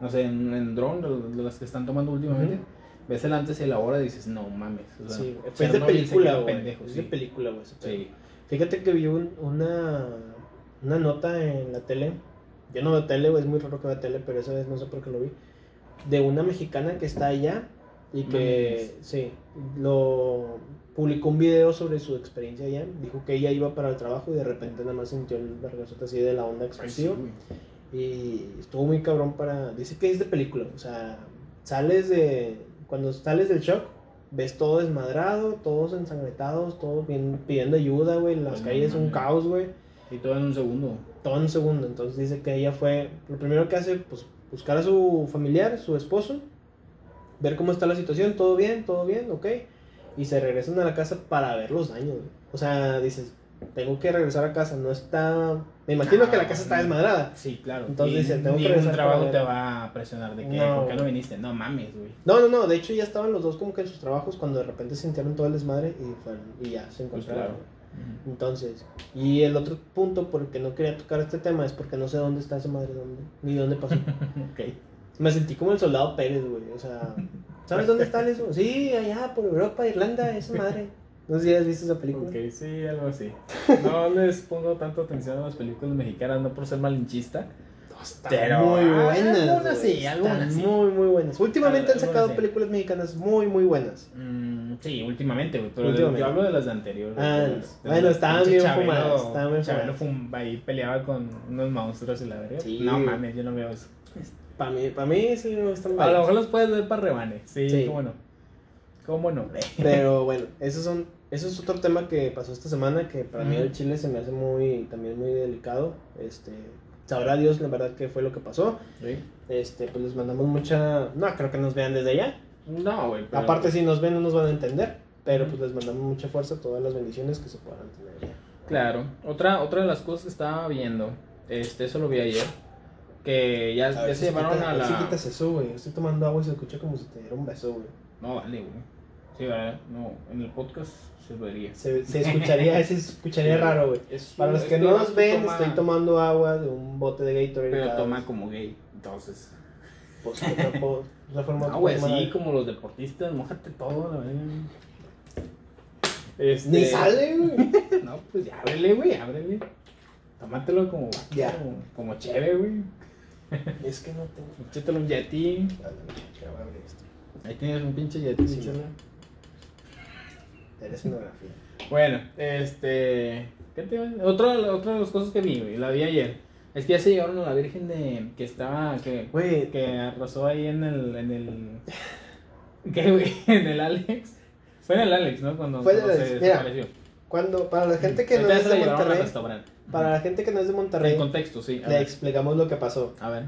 no sé, en, en dron, de, de las que están tomando últimamente, Ujú. ves el antes y el ahora y dices, no mames. o sea, sí, es Pues de Chernobyl se película, quedó güey. pendejo, Es sí. de película, güey. ese pedo. Sí. Fíjate que vi un- una, una nota en la tele. Yo no veo tele, güey, es muy raro que vea tele, pero esa vez no sé por qué lo vi. De una mexicana que está allá y que, sí, lo publicó un video sobre su experiencia allá. Dijo que ella iba para el trabajo y de repente nada más sintió el vergazote así de la onda Ay, sí, explosiva. güey. Y estuvo muy cabrón para. Dice que es de película. O sea, sales de. Cuando sales del shock, ves todo desmadrado, todos ensangrentados, todos bien- pidiendo ayuda, güey. Las Pues no calles un mames. caos, güey. Y todo en un segundo. Todo en un segundo. Entonces dice que ella fue. Lo primero que hace, pues, buscar a su familiar, su esposo, ver cómo está la situación, todo bien, todo bien, ok. Y se regresan a la casa para ver los daños, güey. O sea, dices, tengo que regresar a casa, no está. Me imagino que la casa está Ah, desmadrada. Sí, claro. Entonces Y dicen, tengo que ningún regresar trabajo para te ver. va a presionar de que, No. ¿por qué no viniste? No mames, güey. No, no, no, de hecho ya estaban los dos como que en sus trabajos cuando de repente sintieron todo el desmadre y fueron, y ya se Pues encontraron. claro. Ujú. Entonces, y el otro punto por el que no quería tocar este tema es porque no sé dónde está esa madre, dónde, ni dónde pasó. Ok. Me sentí como el soldado Pérez, güey, o sea, ¿sabes dónde está eso? Sí, allá, por Europa, Irlanda, esa madre. No sé si has visto esa película. Ok, sí, algo así. No les pongo tanta atención a las películas mexicanas, no por ser malinchista, están Pero ah, muy buenas. algunas güey. sí, Están algunas sí. muy, muy buenas. Últimamente han Algunas sacado sí. películas mexicanas muy, muy buenas. Mm, sí, últimamente, güey. Pero Últimamente. yo hablo de las de anterior. güey, Ah, de las- de bueno, las- estaban pinche bien Chabelo- fumadas, estaban bien Chabelo fumadas. fum- ahí peleaba con unos monstruos y la verga. Sí. No mames, yo no veo eso. Para mí, para mí sí me gustan A lo varias. mejor los puedes ver para rebanes. Sí, Sí. cómo no. Cómo no. Pero bueno, esos son, eso es otro tema que pasó esta semana que para mí Ujú. el Chile se me hace muy, también muy delicado. Este, sabrá Dios la verdad qué fue lo que pasó. Sí. Este, pues les mandamos mucha, no creo que nos vean desde allá. No, güey. pero- Aparte si nos ven no nos van a entender, pero pues les mandamos mucha fuerza, todas las bendiciones que se puedan tener. allá. Claro. Otra, otra de las cosas que estaba viendo, este, eso lo vi ayer, que ya, A ya ver se si llevaron quita- a ver la... si quitas eso, güey. Estoy tomando agua y se escucha como si te diera un beso, güey. No, vale, güey. Sí, ¿verdad? No, en el podcast se vería. Se, se escucharía, se escucharía Sí. raro, güey. Es- Para los es que no vato nos ven, toma- estoy tomando agua de un bote de Gatorade. Pero cada toma vez. como gay, entonces... Pues, que tampoco- es la forma Ah, güey, como sí, la- como los deportistas, mojate todo, la verdad. Este... Ni sale, güey. No, pues ya ábrele, güey, ábrele. Tómatelo como vato, Ya. como, como chévere, güey. es que no tengo. Échatelo un yeti. A la verga, voy a abrir esto. Ahí tienes un pinche yeti. Sí. échala. Eres una grafía. Bueno, este. ¿Qué te iba a- Otra, otra de las cosas que vi, güey, la vi ayer. Es que ya se llevaron a la virgen de. que estaba. que, Güey, que arrasó ahí en el. en el. ¿Qué, güey? En el Alex. Fue en el Alex, ¿no? Cuando, Fue en el cuando Alex, se mira, desapareció. cuando, para la gente que no Entonces es se de la llevaron al Monterrey, restaurante. para la gente que no es de En Monterrey, contexto, sí. A le ver. explicamos lo que pasó. A ver.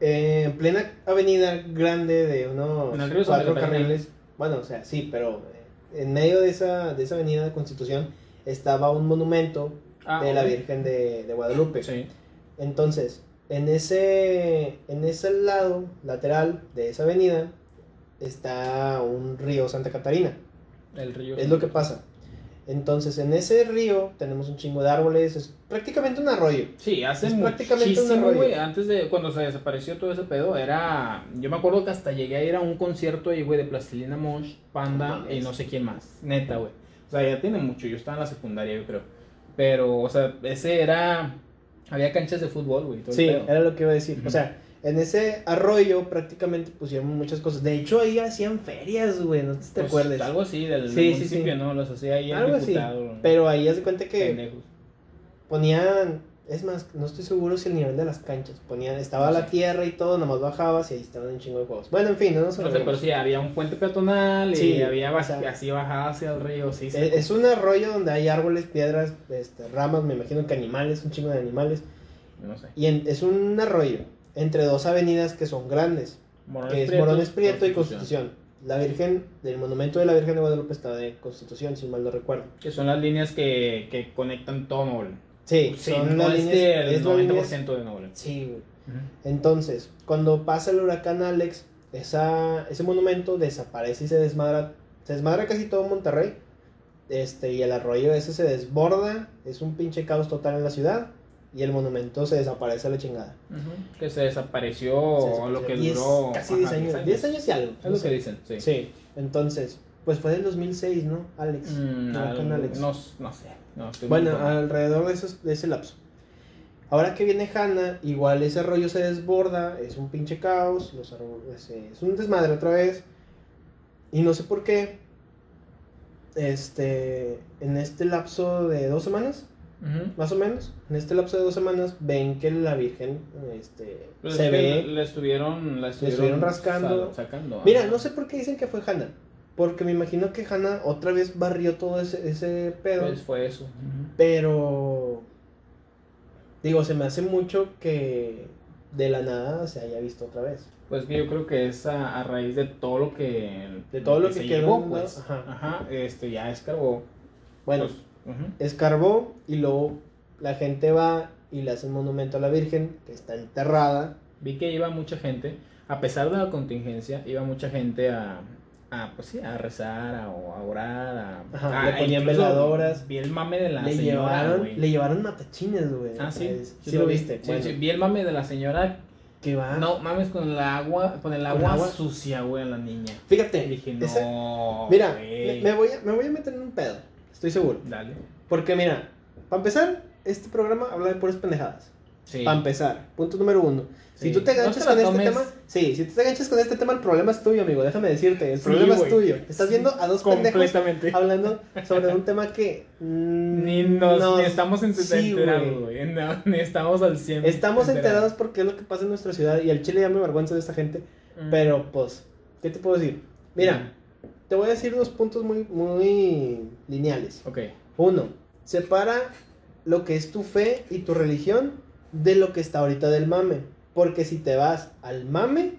Eh, en plena avenida grande de En el río unos San cuatro Pedro. carriles. Bueno, o sea, sí, pero eh, en medio de esa, de esa avenida de Constitución estaba un monumento Ah, de la ok. Virgen de, de Guadalupe. Sí. Entonces, en ese, en ese lado lateral de esa avenida está un río Santa Catarina. El río. Es lo que pasa. Entonces, en ese río tenemos un chingo de árboles. Es prácticamente un arroyo. Sí, hace Es prácticamente prácticamente un arroyo. güey. Antes de cuando se desapareció todo ese pedo, era. Yo me acuerdo que hasta llegué a ir a un concierto ahí, güey, de Plastilina Mosh, No Panda mames. y no sé quién más. Neta, güey. O sea, ya tiene mucho. Yo estaba en la secundaria, yo creo. Pero, o sea, ese era. Había canchas de fútbol, güey. y todo el Sí, pedo. era lo que iba a decir. Ujú. O sea, en ese arroyo prácticamente pusieron muchas cosas. De hecho, ahí hacían ferias, güey. No sé si te Pues, acuerdas. Algo así del Sí, del sí, municipio, sí. ¿no? Los hacía ahí el Algo así, diputado. ¿no? Pero ahí hace cuenta que Pendejos. ponían. Es más, no estoy seguro si el nivel de las canchas. Ponían, estaba No la sé. tierra y todo, nomás bajabas y ahí estaban un chingo de juegos. Bueno, en fin, no nos No sé, pero olvidemos. sí, había un puente peatonal y Sí, Eh, había baj- o sea, así bajada hacia el río, sí. sí. Es es un arroyo donde hay árboles, piedras, este, ramas, me imagino que animales, un chingo de animales. No sé. Y en- es un arroyo entre dos avenidas que son grandes, que es Morones Prieto y Constitución. La Virgen, del monumento de la Virgen de Guadalupe está de Constitución, si mal no recuerdo. Que son las líneas que, que conectan todo Noble. este, Sí, Sí, son no las es líneas, del es la 90% línea- de Noble. Sí, güey. Entonces, cuando pasa el huracán Alex, esa, ese monumento desaparece y se desmadra. Se desmadra casi todo Monterrey. Este, y el arroyo ese se desborda. Es un pinche caos total en la ciudad. Y el monumento se desaparece a la chingada. Que se desapareció, Se desapareció. Oh, lo que Diez- duró. Casi ajá, 10 años. 10 años y algo. Es no lo sé. que dicen, sí. Sí. Entonces, pues fue del 2006, ¿no? Alex. Mm, huracán algo- Alex. No, no sé. No, estoy Bueno, muy- alrededor de, esos, de ese lapso. Ahora que viene Hannah, igual ese rollo se desborda, es un pinche caos, los árboles, eh, es un desmadre otra vez. Y no sé por qué, este, en este lapso de dos semanas, Ujú. más o menos, en este lapso de dos semanas, ven que la Virgen este, Pero se Pues es ve... que La estuvieron, la estuvieron, estuvieron rascando. sa- sacando. ajá. Mira, no sé por qué dicen que fue Hannah, porque me imagino que Hannah otra vez barrió todo ese, ese pedo. Pues fue eso. Ujú. Pero. Digo, se me hace mucho que de la nada se haya visto otra vez. Pues que yo creo que es a, a raíz de todo lo que. De todo lo que se quedó, llevó, ¿no? pues. Ajá. Ajá. Este, ya escarbó. Bueno, Pues, ujú. escarbó y luego la gente va y le hace un monumento a la Virgen que está enterrada. Vi que iba mucha gente, a pesar de la contingencia, iba mucha gente a, a, pues sí, a rezar, a, o a orar, a, Ajá, a- le ponían incluso veladoras. Vi el mame de la le, señora, güey. llevaron, le llevaron matachines, güey. Ah, sí. Es- sí sí lo viste. Sí, bueno, sí, vi el mame de la señora. Que va. No, mames con el agua, con el Con agua, agua. sucia, güey, a la niña. Y Fíjate. dije, esa- no. mira, me, güey". me voy a, me voy a meter en un pedo. Estoy seguro. Dale. Porque mira, para empezar, este programa habla de puras pendejadas. Sí. Para empezar, punto número uno. Si Sí. tú te No te ganchas la con este tomes. tema, sí, si tú te ganchas con este tema, el problema es tuyo, amigo. Déjame decirte, el Sí, problema es güey. tuyo. Estás viendo a dos pendejos Completamente. hablando sobre un tema que mm, Ni nos no, ni estamos en- sí, enterados, güey. güey. No, ni estamos al 100. Estamos enterados porque es lo que pasa en nuestra ciudad y al chile ya me avergüenza de esta gente. Mm. Pero pues, ¿qué te puedo decir? Mira, te voy a decir dos puntos muy, muy lineales. Ok. Uno, separa lo que es tu fe y tu religión de lo que está ahorita del mame. Porque si te vas al mame,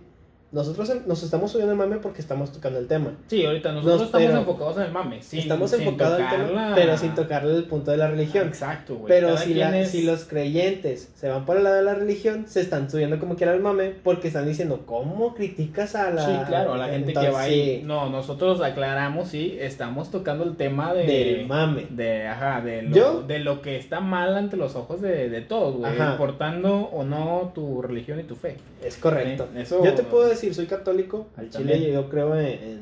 nosotros em- nos estamos subiendo al mame porque estamos tocando el tema. Sí, ahorita nosotros Nos- estamos pero- enfocados en el mame. Sin, estamos sin enfocados al tema, tocarla- pero sin tocarle el punto de la Ah, religión. Exacto, güey. Pero Cada si, quien la- es- si los creyentes se van por el lado de la religión, se están subiendo como quiera al mame porque están diciendo, ¿cómo criticas a la... Sí, claro, a la gente que va ahí. Entonces, No, nosotros aclaramos, sí, estamos tocando el tema de. Del mame. de, ajá, de lo, ¿Yo? de lo que está mal ante los ojos de, de todos, güey. Ajá. Importando o no tu religión y tu fe. Es correcto. Eh, eso- Yo te puedo decir, soy católico. Al Chile También. yo creo en, en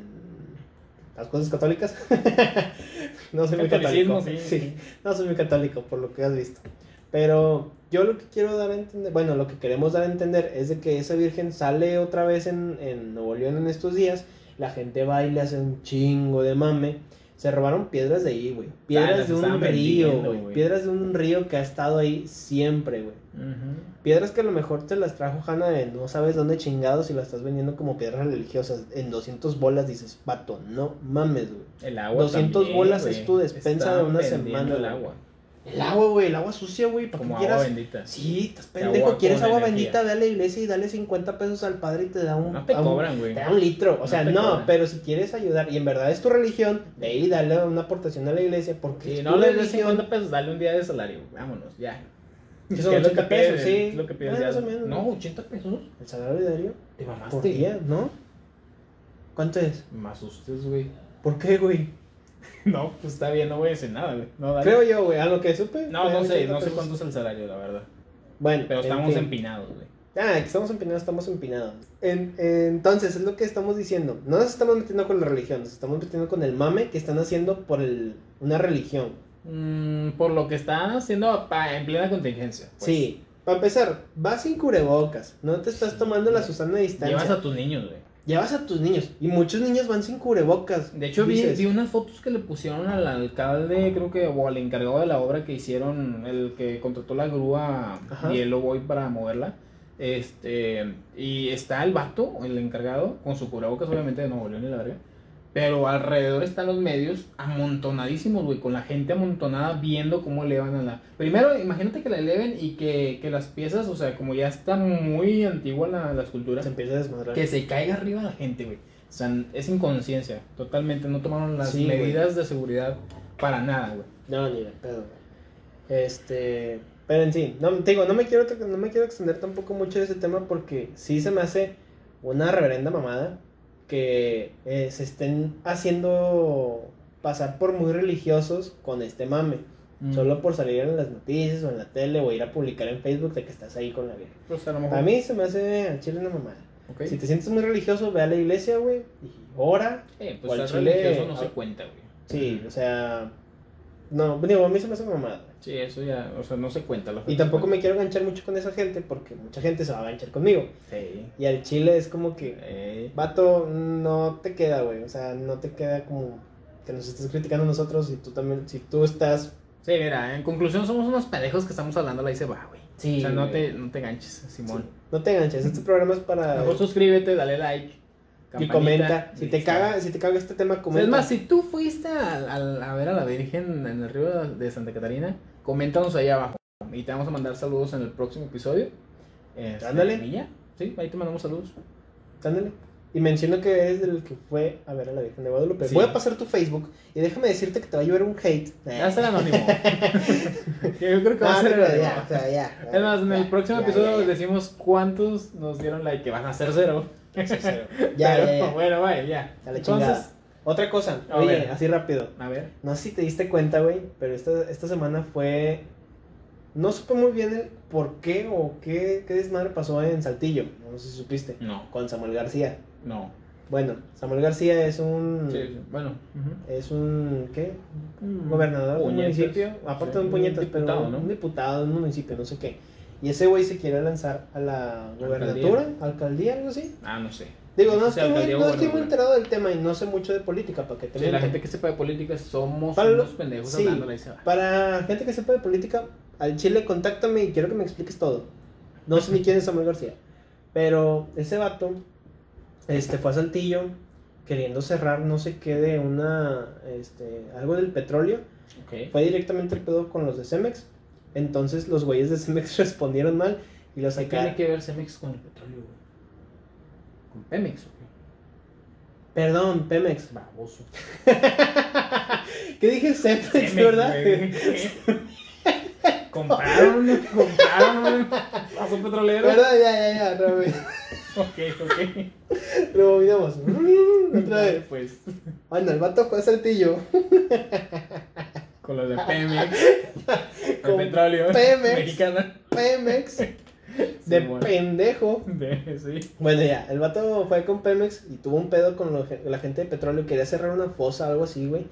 las cosas católicas. no soy muy Catolicismo, católico. sí. Sí, no soy muy católico por lo que has visto. Pero yo lo que quiero dar a entender, bueno, lo que queremos dar a entender es de que esa virgen sale otra vez en, en Nuevo León en estos días. La gente va y le hace un chingo de mame. Se robaron piedras de ahí, güey. Piedras Ah, las de un estaban río, vendiendo, güey. güey. Piedras de un río que ha estado ahí siempre, güey. Ujú. Piedras que a lo mejor te las trajo Hanna de no sabes dónde chingados y las estás vendiendo como piedras religiosas. En 200 bolas dices, vato, no mames, güey. El agua. 200 también, bolas güey. es tu despensa Está de una vendiendo semana, El güey. agua. El agua, güey, el agua sucia, güey, para que Como agua quieras. bendita. Sí, estás De pendejo, agua quieres con agua energía. bendita, ve a la iglesia y dale 50 pesos al padre y te da un... No te a un- cobran, güey. te da un litro, o No sea, te no, cobran. pero si quieres ayudar y en verdad es tu religión, ve y dale una aportación a la iglesia porque Si es no tu le das religión. 50 pesos, dale un día de salario. Vámonos, ya. Que Es son que es lo 80 que piden, pesos, sí. es lo que piden Bueno, ya. más o menos, No, ¿no? 80 pesos. El salario diario Te por mamaste. día, ¿no? ¿Cuánto es? Me asustes, güey. ¿Por qué, güey? No, pues está bien, no voy a decir nada, güey. No, dale. Creo yo, güey, a lo que supe. No, fue no sé, 80 no sé pesos. cuánto es el salario, la verdad. Bueno, Pero en estamos fin. empinados, güey. Ah, que estamos empinados, estamos empinados. En- entonces, es lo que estamos diciendo. No nos estamos metiendo con la religión, nos estamos metiendo con el mame que están haciendo por el, una religión. Mm, por lo que están haciendo pa- en plena contingencia. pues. Sí, para empezar, vas sin cubrebocas, no te estás tomando la Susana a distancia. Llevas a tus niños, güey. tus niños, y muchos niños van sin cubrebocas. De hecho, vi, Dices, vi unas fotos que le pusieron al alcalde, creo que, o al encargado de la obra que hicieron, el que contrató la grúa Ajá. y el Boy para moverla. Este, y está el vato, el encargado, con su cubrebocas, obviamente, de Nuevo León y la verga. Pero alrededor están los medios amontonadísimos, güey, con la gente amontonada viendo cómo elevan a la... Primero, imagínate que la eleven y que, que las piezas, o sea, como ya está muy antigua la, la escultura, Se empieza a desmadrar. que se caiga arriba la gente, güey. O sea, es inconsciencia, totalmente. No tomaron las Sí, güey. medidas de seguridad para nada, güey. No, ni de pedo, güey. Este. Pero en sí, no, te digo, no me, quiero, no me quiero extender tampoco mucho de ese tema porque sí se me hace una reverenda mamada que eh, se estén haciendo pasar por muy religiosos con este mame. Mm. Solo por salir en las noticias o en la tele o ir a publicar en Facebook de que estás ahí con la vida. Pues a lo mejor. A mí se me hace al chile una mamada. Ok. Si te sientes muy religioso, ve a la iglesia, güey, y ora, Eh, o pues al ser chile- religioso no a- se cuenta, güey. Sí, o sea. No, digo, a mí se me hace mamada. Sí, eso ya, o sea, no se cuenta. la Y gente tampoco cuenta. me quiero ganchar mucho con esa gente porque mucha gente se va a ganchar conmigo. Sí. Y al chile es como que, Eh, vato, no te queda, güey. O sea, no te queda como que nos estés criticando a nosotros y tú también, si tú estás... Sí, mira, en conclusión somos unos pendejos que estamos hablando, ahí se va, güey. Sí, o sea, no güey. te, no te ganches, Simón. sí, no te ganches. Este programa es para... Mejor suscríbete, dale like. Y campanita, comenta. Si y te, está. caga, si te caga este tema, O sea, comenta. Es más, si tú fuiste a, a- a ver a la Virgen en el río de Santa Catarina, coméntanos ahí abajo. Y te vamos a mandar saludos en el próximo episodio. Este, Ándale. y ya. Sí, ahí te mandamos saludos. Ándale. Y menciono que eres del que fue a ver a la Virgen de Guadalupe. Sí. Voy a pasar tu Facebook y déjame decirte que te va a llover un hate. Ya está el anónimo. Yo creo que va a Eh. No, ser el pero anónimo. ya, o sea, ya, Es más, en el ya, próximo ya, episodio ya, ya. les decimos cuántos nos dieron like, que van a ser cero. Ya, Pero, ya, ya. Bueno, vaya, ya. A la chingada. Otra cosa, A oye, ver. así rápido. a ver. No sé si te diste cuenta, güey, pero esta, esta semana fue. No supe muy bien el por qué o qué, qué desmadre pasó en Saltillo. No sé si supiste. No, Con Samuel García. no. Bueno, Samuel García es un. Sí, sí, Mm. bueno. Es un. ¿Qué? ujú. Gobernador de un Puñetas. municipio. Aparte de un Sí, puñetas, diputado, pero. ¿no? Un diputado de un municipio, no sé qué. Y ese güey se quiere lanzar a la gubernatura, alcaldía, algo así. Ah, no sé. Digo, no, Sí, estoy, muy, alcaldía o no estoy muy gubernatura. enterado del tema y no sé mucho de política, para que te Sí, la mienta. gente que sepa de política somos Para lo- unos pendejos sí. hablándola y se va. Para gente que sepa de política, al Chile, contáctame y quiero que me expliques todo. No sé ni quién es Samuel García. Pero ese vato este, fue a Saltillo queriendo cerrar no sé qué de una. Este, algo del petróleo. Ok. Fue directamente el pedo con los de Cemex. Entonces los güeyes de Cemex respondieron mal y los ¿Qué tiene sacaron. que ver Cemex con el petróleo, güey? Con Pemex, ok. Perdón, Pemex. Baboso. ¿Qué dije Cemex, Cemex, verdad? güey. compraron, compraron, a su petrolero. ¿Verdad? Ya, ya, ya. removi- Ok, ok. Removidamos. Otra vez. Pues, Bueno, el vato fue a Saltillo. con los de Pemex, Ah. con Con petróleo Pemex. mexicano. Pemex. De Sí, bueno. pendejo. De- sí. Bueno, ya, el vato fue con Pemex y tuvo un pedo con lo- la gente de petróleo. Quería cerrar una fosa, algo así, güey.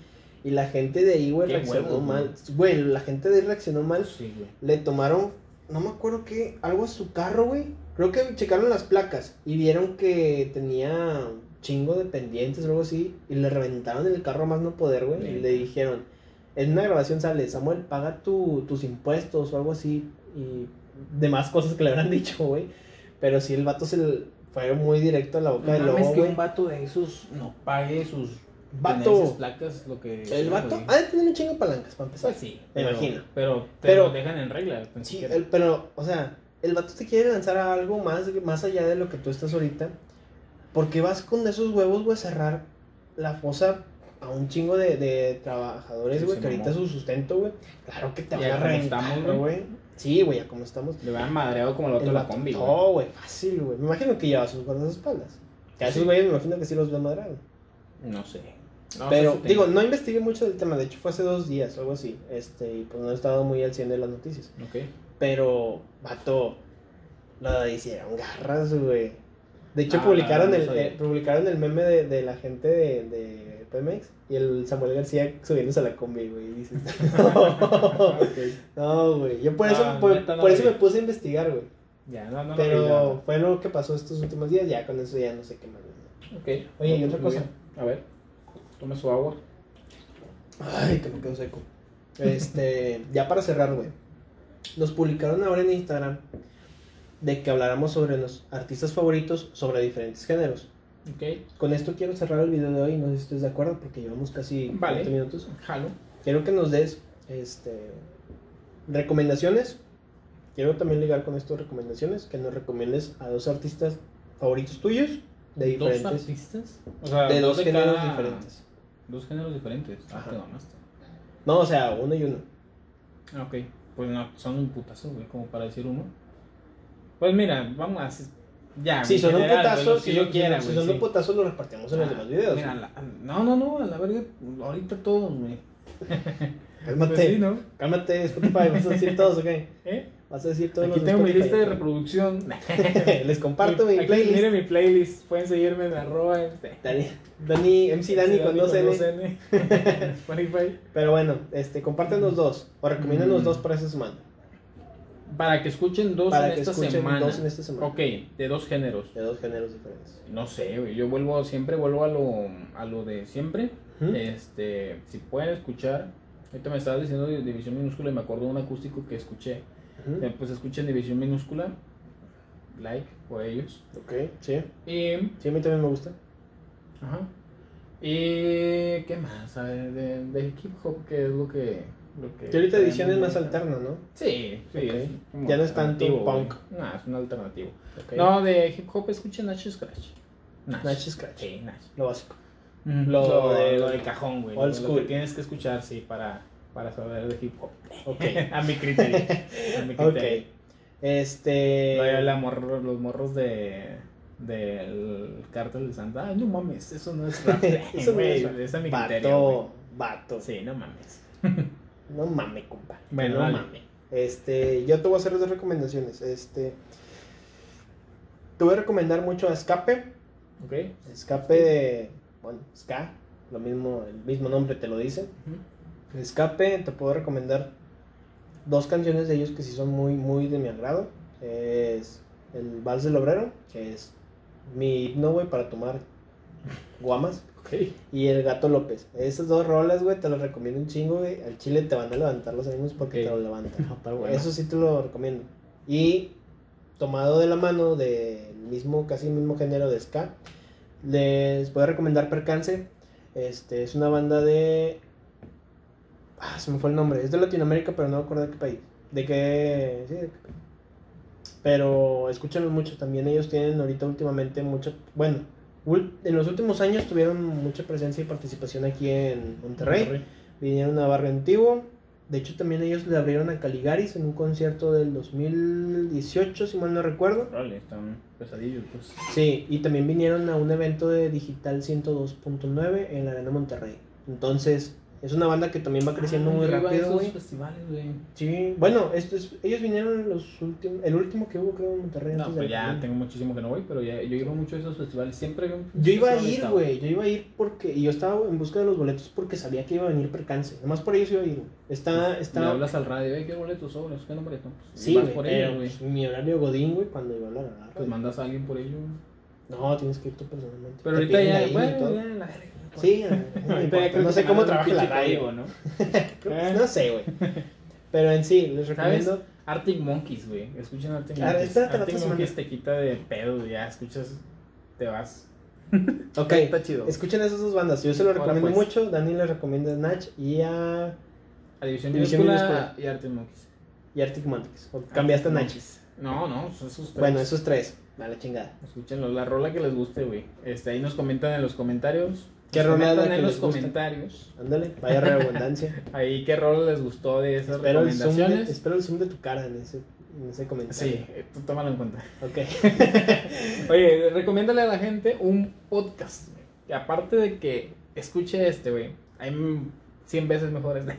Y la gente de ahí, güey, Qué reaccionó huevos, mal. Güey, la gente de ahí reaccionó mal. Sí, güey. Le tomaron, no me acuerdo qué, algo a su carro, güey. Creo que checaron las placas y vieron que tenía un chingo de pendientes o algo así. Y le reventaron el carro a más no poder, güey. Y Neta. le dijeron, en una grabación sale, Samuel, paga tu- tus impuestos o algo así. Y demás cosas que le habrán dicho, güey. Pero sí, el vato se le fue muy directo a la boca No del mames lobo, que güey. un vato de esos no pague sus Vato. tenencias, placas, lo que El sea, vato güey. ha de tener un chingo de palancas, para empezar. Pues sí, Me pero- imagino. Pero te Pero- lo dejan en regla. tan Sí, siquiera. el- pero, o sea, el vato te quiere lanzar a algo más, más allá de lo que tú estás ahorita. Porque vas con esos huevos, güey, a cerrar la fosa a un chingo de, de trabajadores, Sí, güey, se que ahorita es mamó. su sustento, güey. Claro que te Ya van a como reventar, estamos, güey. Sí, güey, ya como estamos. Le hubieran madreado como el otro El la vato- combi, güey. No, güey, fácil, güey. Me imagino que lleva sus guardaespaldas. Que a esos Sí. güeyes me imagino que sí los va a madrar. güey. No sé. No Pero, sé si te- digo, no investigué mucho del tema. De hecho, fue hace dos días, algo así. Este, y pues no he estado muy al 100 de las noticias. Ok. Pero, vato, lo hicieron garras, güey. De hecho, Ah, publicaron, no el, sabía. eh, publicaron el meme de, de la gente de, de Pemex y el Samuel García subiéndose a la combi, güey. y dices, no, Ok. no, güey. Yo por eso, Ah, por, neta, no por lo eso vi. me puse a investigar, güey. Ya, no, no, no. Pero no, no. fue lo que pasó estos últimos días. Ya con eso ya no sé qué más. güey. Ok. Oye, y No, otra pues, cosa. muy bien. A ver, toma su agua. Ay, que me quedo seco. Este, ya para cerrar, güey. Nos publicaron ahora en Instagram de que habláramos sobre los artistas favoritos sobre diferentes géneros. Ok. Con esto quiero cerrar el video de hoy, no sé si estés de acuerdo porque llevamos casi Vale. 20 minutos. Jalo. Quiero que nos des este recomendaciones. Quiero también ligar con estas recomendaciones, que nos recomiendes a dos artistas favoritos tuyos de ¿Dos diferentes artistas? O sea, de dos géneros cada- diferentes. Dos géneros diferentes. Ah, Ajá. te mamaste. No, o sea, uno y uno. Ah, ok. Pues no, son un putazo, güey, como para decir uno. Pues mira, vamos a hacer. Ya, Si en son un general, güey, putazo, los que si, yo quiera, si güey, son sí. un putazo, lo repartimos en los Ah, demás videos. mira, la- no, no, no, a la verga, ahorita todos, güey. Cálmate, Pues sí, ¿no? cálmate, Spotify, vas a decir todos, ¿ok? ¿Eh? Vas a decir todos Aquí los tengo mi lista de Spotify. reproducción. Les comparto mi Aquí, playlist. Miren mi playlist, pueden seguirme en arroba. Este. Dani, Dani, MC Dani con dos N. N. Spotify. Pero bueno, este, compártenos dos, o recomiéndanos Mm. dos para esta semana. Para que escuchen dos Para en que esta escuchen semana. dos en esta semana. Ok, de dos géneros. De dos géneros diferentes. No sé, güey, yo vuelvo siempre, vuelvo a lo, a lo de siempre. ¿Mm? Este, si pueden escuchar, ahorita me estabas diciendo de división minúscula y me acuerdo de un acústico que escuché. Ujú. Eh, Pues escuchen división minúscula, like por ellos. Ok, sí. Y Sí, a mí también me gusta. Ajá. ¿Y qué más? A ver, de, de hip hop, ¿qué es lo que...? Lo que Que ahorita edición es más alternativo alterna, ¿no? Sí, sí. Ok. es como Ya no es tanto alternativo, punk. güey. No, es un alternativo. Ok. No, de hip hop escuchen Nash Scratch. Nash, Nash Scratch. Sí, Nash. Lo básico. Lo, Lo de- de, lo de cajón, güey. old lo que school. tienes que escuchar, sí, para, para saber de hip hop. Ok. a mi criterio. A mi ok. criterio. Este. Lo de la morro- los morros de del cártel de Santa. Ay, no mames, eso no es rap. Eso no es güey, rap. es a mi criterio. güey. Vato, vato. Sí, no mames. No mames, compa. Bueno, no dale. mames. Este, yo te voy a hacer dos recomendaciones. Este, te voy a recomendar mucho a Escape. ¿Ok? Escape de, bueno, Ska, lo mismo, el mismo nombre te lo dice. Escape, te puedo recomendar dos canciones de ellos que sí son muy, muy de mi agrado. Es el Vals del Obrero, que es mi himno, güey, para tomar guamas. Ok. Y el Gato López. Esas dos rolas, güey, te las recomiendo un chingo, güey. Al chile te van a levantar los ánimos porque Ok. te lo levantan. No, pero bueno. Eso sí te lo recomiendo. Y tomado de la mano del mismo, casi el mismo género de ska, les voy a recomendar Percance. Este, es una banda de... Ah, se me fue el nombre. Es de Latinoamérica, pero no me acuerdo de qué país. De qué... Sí, de qué país. Pero escúchenlos mucho. También ellos tienen ahorita últimamente mucha... Bueno, ul- en los últimos años tuvieron mucha presencia y participación aquí en Monterrey vinieron a Barrio Antiguo. De hecho, también ellos le abrieron a Caligaris en un concierto del 2018, si mal no recuerdo. Órale, están pesadillos, pues. Sí, y también vinieron a un evento de Digital 102.9 en la Arena Monterrey. Entonces, es una banda que también va Ah, creciendo muy rápido, güey. festivales, güey. Sí, bueno, esto es- ellos vinieron los últimos, el último que hubo, creo, en Monterrey. No, antes de pues la ya pandemia. tengo muchísimo que no voy, pero ya, yo iba mucho a esos festivales. Siempre había un Yo iba a festival ir, de güey. Yo iba a ir porque. Y yo estaba en busca de los boletos porque sabía que iba a venir percance. Nomás por ellos iba a ir, güey. Está, estado. Pues, Le está, hablas al radio, eh, ¿qué boletos sobres? ¿Qué nombre? No, pues, Ah, Sí, vas güey, por pero ello, güey. pues, mi horario godín, güey, cuando iba a hablar. a la Pues radio. mandas a alguien por ello. güey. No, tienes que ir tú personalmente. Pero Te ahorita piden ya, ahí y bueno, todo. ya, la verga. Sí, no, no, Ahorita ya importa. creo no que sé te cómo mandan un trabaja la pinche radio. código, ¿no? Pues, No sé, güey. Pero en sí, les ¿Sabes? recomiendo. Arctic Monkeys, güey. Escuchen Arctic Ah, Monkeys. espérate la Arctic otra Monkeys te quita de pedo, güey, ya escuchas, te vas. Ok, Está chido. escuchen esas dos bandas. Yo se lo pues, Ahora, recomiendo pues. mucho. Dani les recomienda a Nach y a A División División Minúscula y Arctic Monkeys. y Arctic Monkeys. O cambiaste a Arctic Nach. Monkeys. Ah, No, no, son esos tres. Bueno, esos tres. A la chingada. Escúchenlo, la rola que les guste, güey. Este, ahí nos comentan en los comentarios. ¿Qué Nos rola es la comentan que en les los gusta? comentarios. Ándale, vaya reabundancia. Ahí qué rola les gustó de esas espero, el zoom de, recomendaciones. espero el zoom de tu cara en ese, en ese comentario. Sí, eh, tú tómalo en cuenta. Ok. Oye, recomiéndale a la gente un podcast. güey. Que aparte de que escuche este, güey, hay mm, 100 veces mejores. Ok.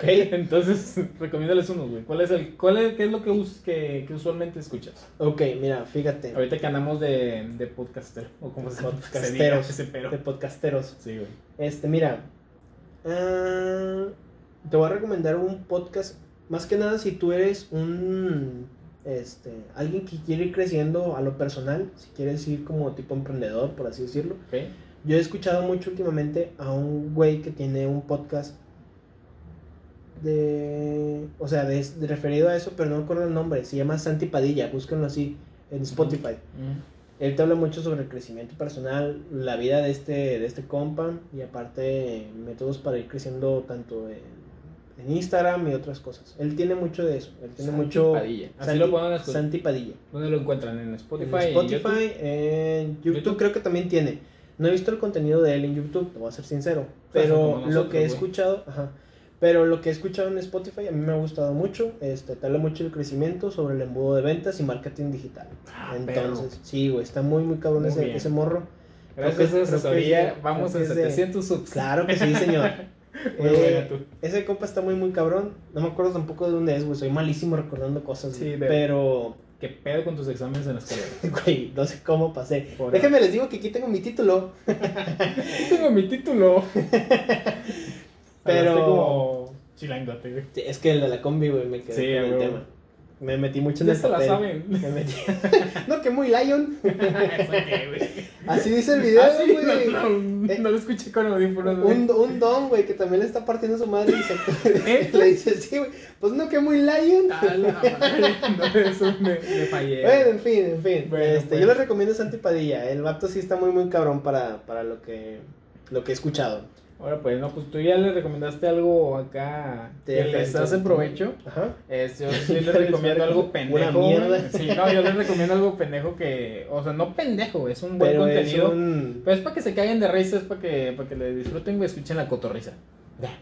Entonces, recomiéndales uno, güey. ¿Cuál es el, cuál es, qué es lo que, us- que, que usualmente escuchas? Ok, mira, fíjate. Ahorita que andamos de, de podcastero, o como se se diga Podcasteros. ese pero. De podcasteros. Sí, güey. Este, mira. ah, te voy a recomendar un podcast. Más que nada si tú eres un este alguien que quiere ir creciendo a lo personal, si quieres ir como tipo emprendedor, por así decirlo. Ok. Yo he escuchado mucho últimamente a un güey que tiene un podcast de o sea, de, de referido a eso, pero no me acuerdo el nombre, se llama Santi Padilla, búsquenlo así en Spotify. Mm. Él te habla mucho sobre el crecimiento personal, la vida de este, de este compa y aparte métodos para ir creciendo tanto en, en Instagram y otras cosas. Él tiene mucho de eso. Él tiene Santi mucho... Padilla. Así Santi- lo pueden escuchar. Santi Padilla. ¿Dónde lo encuentran? ¿En Spotify? en ¿En Spotify, YouTube? en YouTube, YouTube. creo que también tiene. No he visto el contenido de él en YouTube, te voy a ser sincero. sea, son Pero como nosotros, lo que he güey. escuchado, ajá, pero lo que he escuchado en Spotify a mí me ha gustado mucho. Este, te habla mucho el crecimiento sobre el embudo de ventas y marketing digital. Ah, Entonces, sí, güey, está muy, muy cabrón Muy ese, bien. ese morro. Gracias creo a que- esa creo que asesoría, sí, vamos creo en que sí. 700 subs. Claro que sí, señor. Muy Eh, buena tú. Ese compa está muy, muy cabrón. No me acuerdo tampoco de dónde es, güey. Soy malísimo recordando cosas, Sí, güey, de- Pero, ¿Qué pedo con tus exámenes en la escuela? güey, no sé cómo pasé. Por- Déjenme les digo que aquí tengo mi título. Yo tengo mi título. Pero- Hablaste como chilangote, güey. Sí, Es que el de la combi, güey, me quedé Sí, con el güey. tema. Me metí mucho en Ya el se la papel. saben. Me metí. no, que muy lion. Eso qué, güey. Así dice el video, Ah, sí, güey. no, no, Eh, no lo escuché con audífonos, güey. Un, un don, güey, que también le está partiendo su madre y se- ¿Neta? le dice, sí, güey, pues no, que muy lion. Ah, Eh, la madre. No, eso me, me fallé. Bueno, en fin, en fin. Bueno, este, pues. Yo les recomiendo Santi Padilla. El vato sí está muy, muy cabrón para, para lo, que, lo que he escuchado. Ahora pues, no, pues tú ya le recomendaste algo acá que les hace provecho. Este, Ajá. Este, yo sí Ya les les recomiendo vale algo pura pendejo. güey. mierda. Sí, no, yo les recomiendo algo pendejo que, o sea, no pendejo, es un buen Pero es contenido. un- Pero es para que se caigan de risa, es para que, para que le disfruten, güey, escuchen la cotorriza. Ya.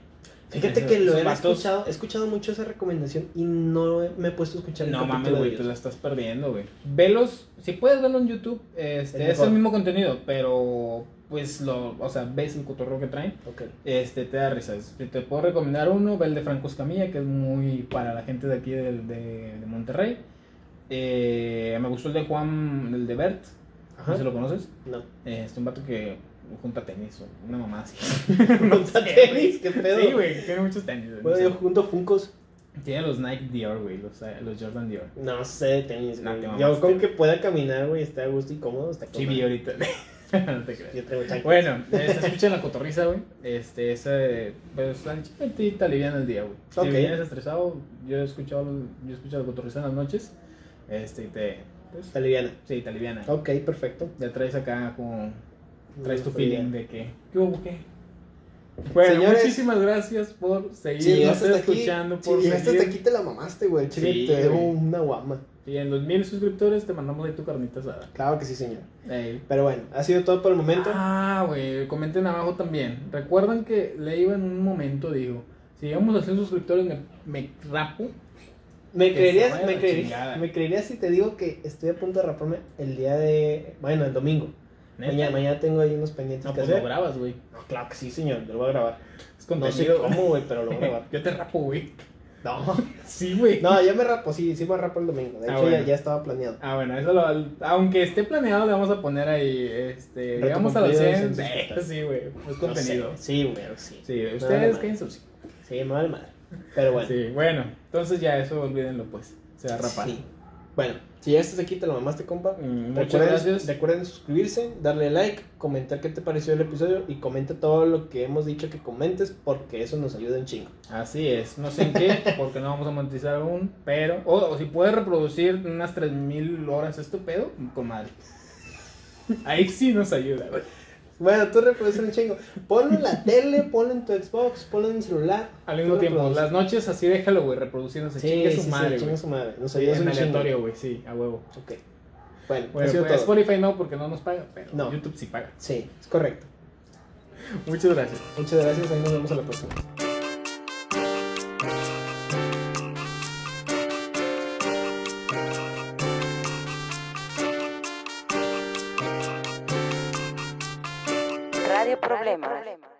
Fíjate que lo Esos he vatos- escuchado, he escuchado mucho esa recomendación y no he- me he puesto a escuchar el No capítulo mames, de güey, ellos. te la estás perdiendo, güey. Velos, si puedes verlo en YouTube, este, Es es el mejor. mismo contenido, pero pues lo, o sea, ves el cotorreo que traen. Ok. Este, te da risa. Este, Te puedo recomendar uno, ve el de Franco Escamilla, que es muy para la gente de aquí del- de, de Monterrey. Eh, me gustó el de Juan, el de Bert, Ajá. no sé si lo conoces. No. Este, un vato que junta tenis, o una mamá así. Monta sé, tenis, qué pedo. Sí, güey, tiene muchos tenis. güey, no bueno, sé. yo junto Funcos. Tiene los Nike Dior, güey, los, eh, los Jordan Dior. No sé de tenis, No, güey. te Yo mamaste. con que pueda caminar, güey, está a gusto y cómodo, está Sí, con vi madre. ahorita. no te creas. Yo traigo chanclas. Bueno, eh, se escucha en la cotorriza, güey. Este, ese, pues la chiquitita aliviana el día, güey. Si Ok. vienes estresado, yo he escuchado, yo escucho la cotorriza en las noches. Este, y te, pues, Está liviana. sí, te aliviana. Ok, perfecto. Ya traes acá como, traes tu Está feeling liviana. de que, ¿qué hubo, qué? Bueno, Señores. muchísimas gracias por Si seguirnos llegaste hasta aquí, escuchando, si por llegaste seguir. hasta aquí te la mamaste, güey. El Chile Sí, te debo güey. una guama. Y en los mil suscriptores te mandamos ahí tu carnita asada. Claro que sí, señor. Ey. Pero bueno, ha sido todo por el momento. Ah, güey, comenten abajo también. Recuerdan que Leiva en un momento dijo, si llegamos a 100 suscriptores me, me rapo. ¿Me que se creerías, vaya me, la creerías- chingada. me creerías si te digo que estoy a punto de raparme el día de. Bueno, el domingo. Neta. Mañana, mañana tengo ahí unos pendientes No, que pues hacer. lo grabas, güey. No, claro que sí, señor. Yo lo voy a grabar. Es No sé contenido. cómo, güey, pero lo voy a grabar. Yo te rapo, güey. No, Sí, güey. no, yo me rapo, sí, sí me rapo el domingo. De Ah, hecho, ya, bueno. ya estaba planeado. Ah, bueno, eso lo, aunque esté planeado, le vamos a poner ahí, este, Reto llegamos a los cumplido, 100. 100 eh, suscriptores. sí, güey, es contenido. No sé. Sí, güey, sí. Sí, Me vale ustedes madre. quédense sus- Sí, me vale madre. Pero bueno. Sí, bueno, entonces ya eso olvídenlo, pues. Se va a rapar. Sí. Bueno, si ya estás aquí, te lo mamaste, compa. Mm, Muchas Recuerden, gracias. recuerden suscribirse, darle like, comentar qué te pareció el episodio y comenta todo lo que hemos dicho que comentes porque eso nos ayuda un chingo. Así es, no sé en qué, porque no vamos a monetizar aún, pero. O, o si puedes reproducir unas 3000 horas este pedo, con madre. Ahí sí nos ayuda, güey. Bueno, tú reproduces un chingo. Ponlo en la tele, ponlo en tu Xbox, ponlo en el celular. Al mismo Tú tiempo, reproduces. las noches así déjalo, güey, reproduciéndose. Sí, chingue sí, su sí, madre, chinga güey. su madre. Nos Sí, ayudas en un chingo. aleatorio, güey, sí, a huevo. Ok. Bueno, ha Bueno, sido pues, todo. Spotify no, porque no nos paga, pero No. YouTube sí paga. Sí, es correcto. Muchas gracias. Muchas gracias, ahí nos vemos a la próxima. Radio Problemas.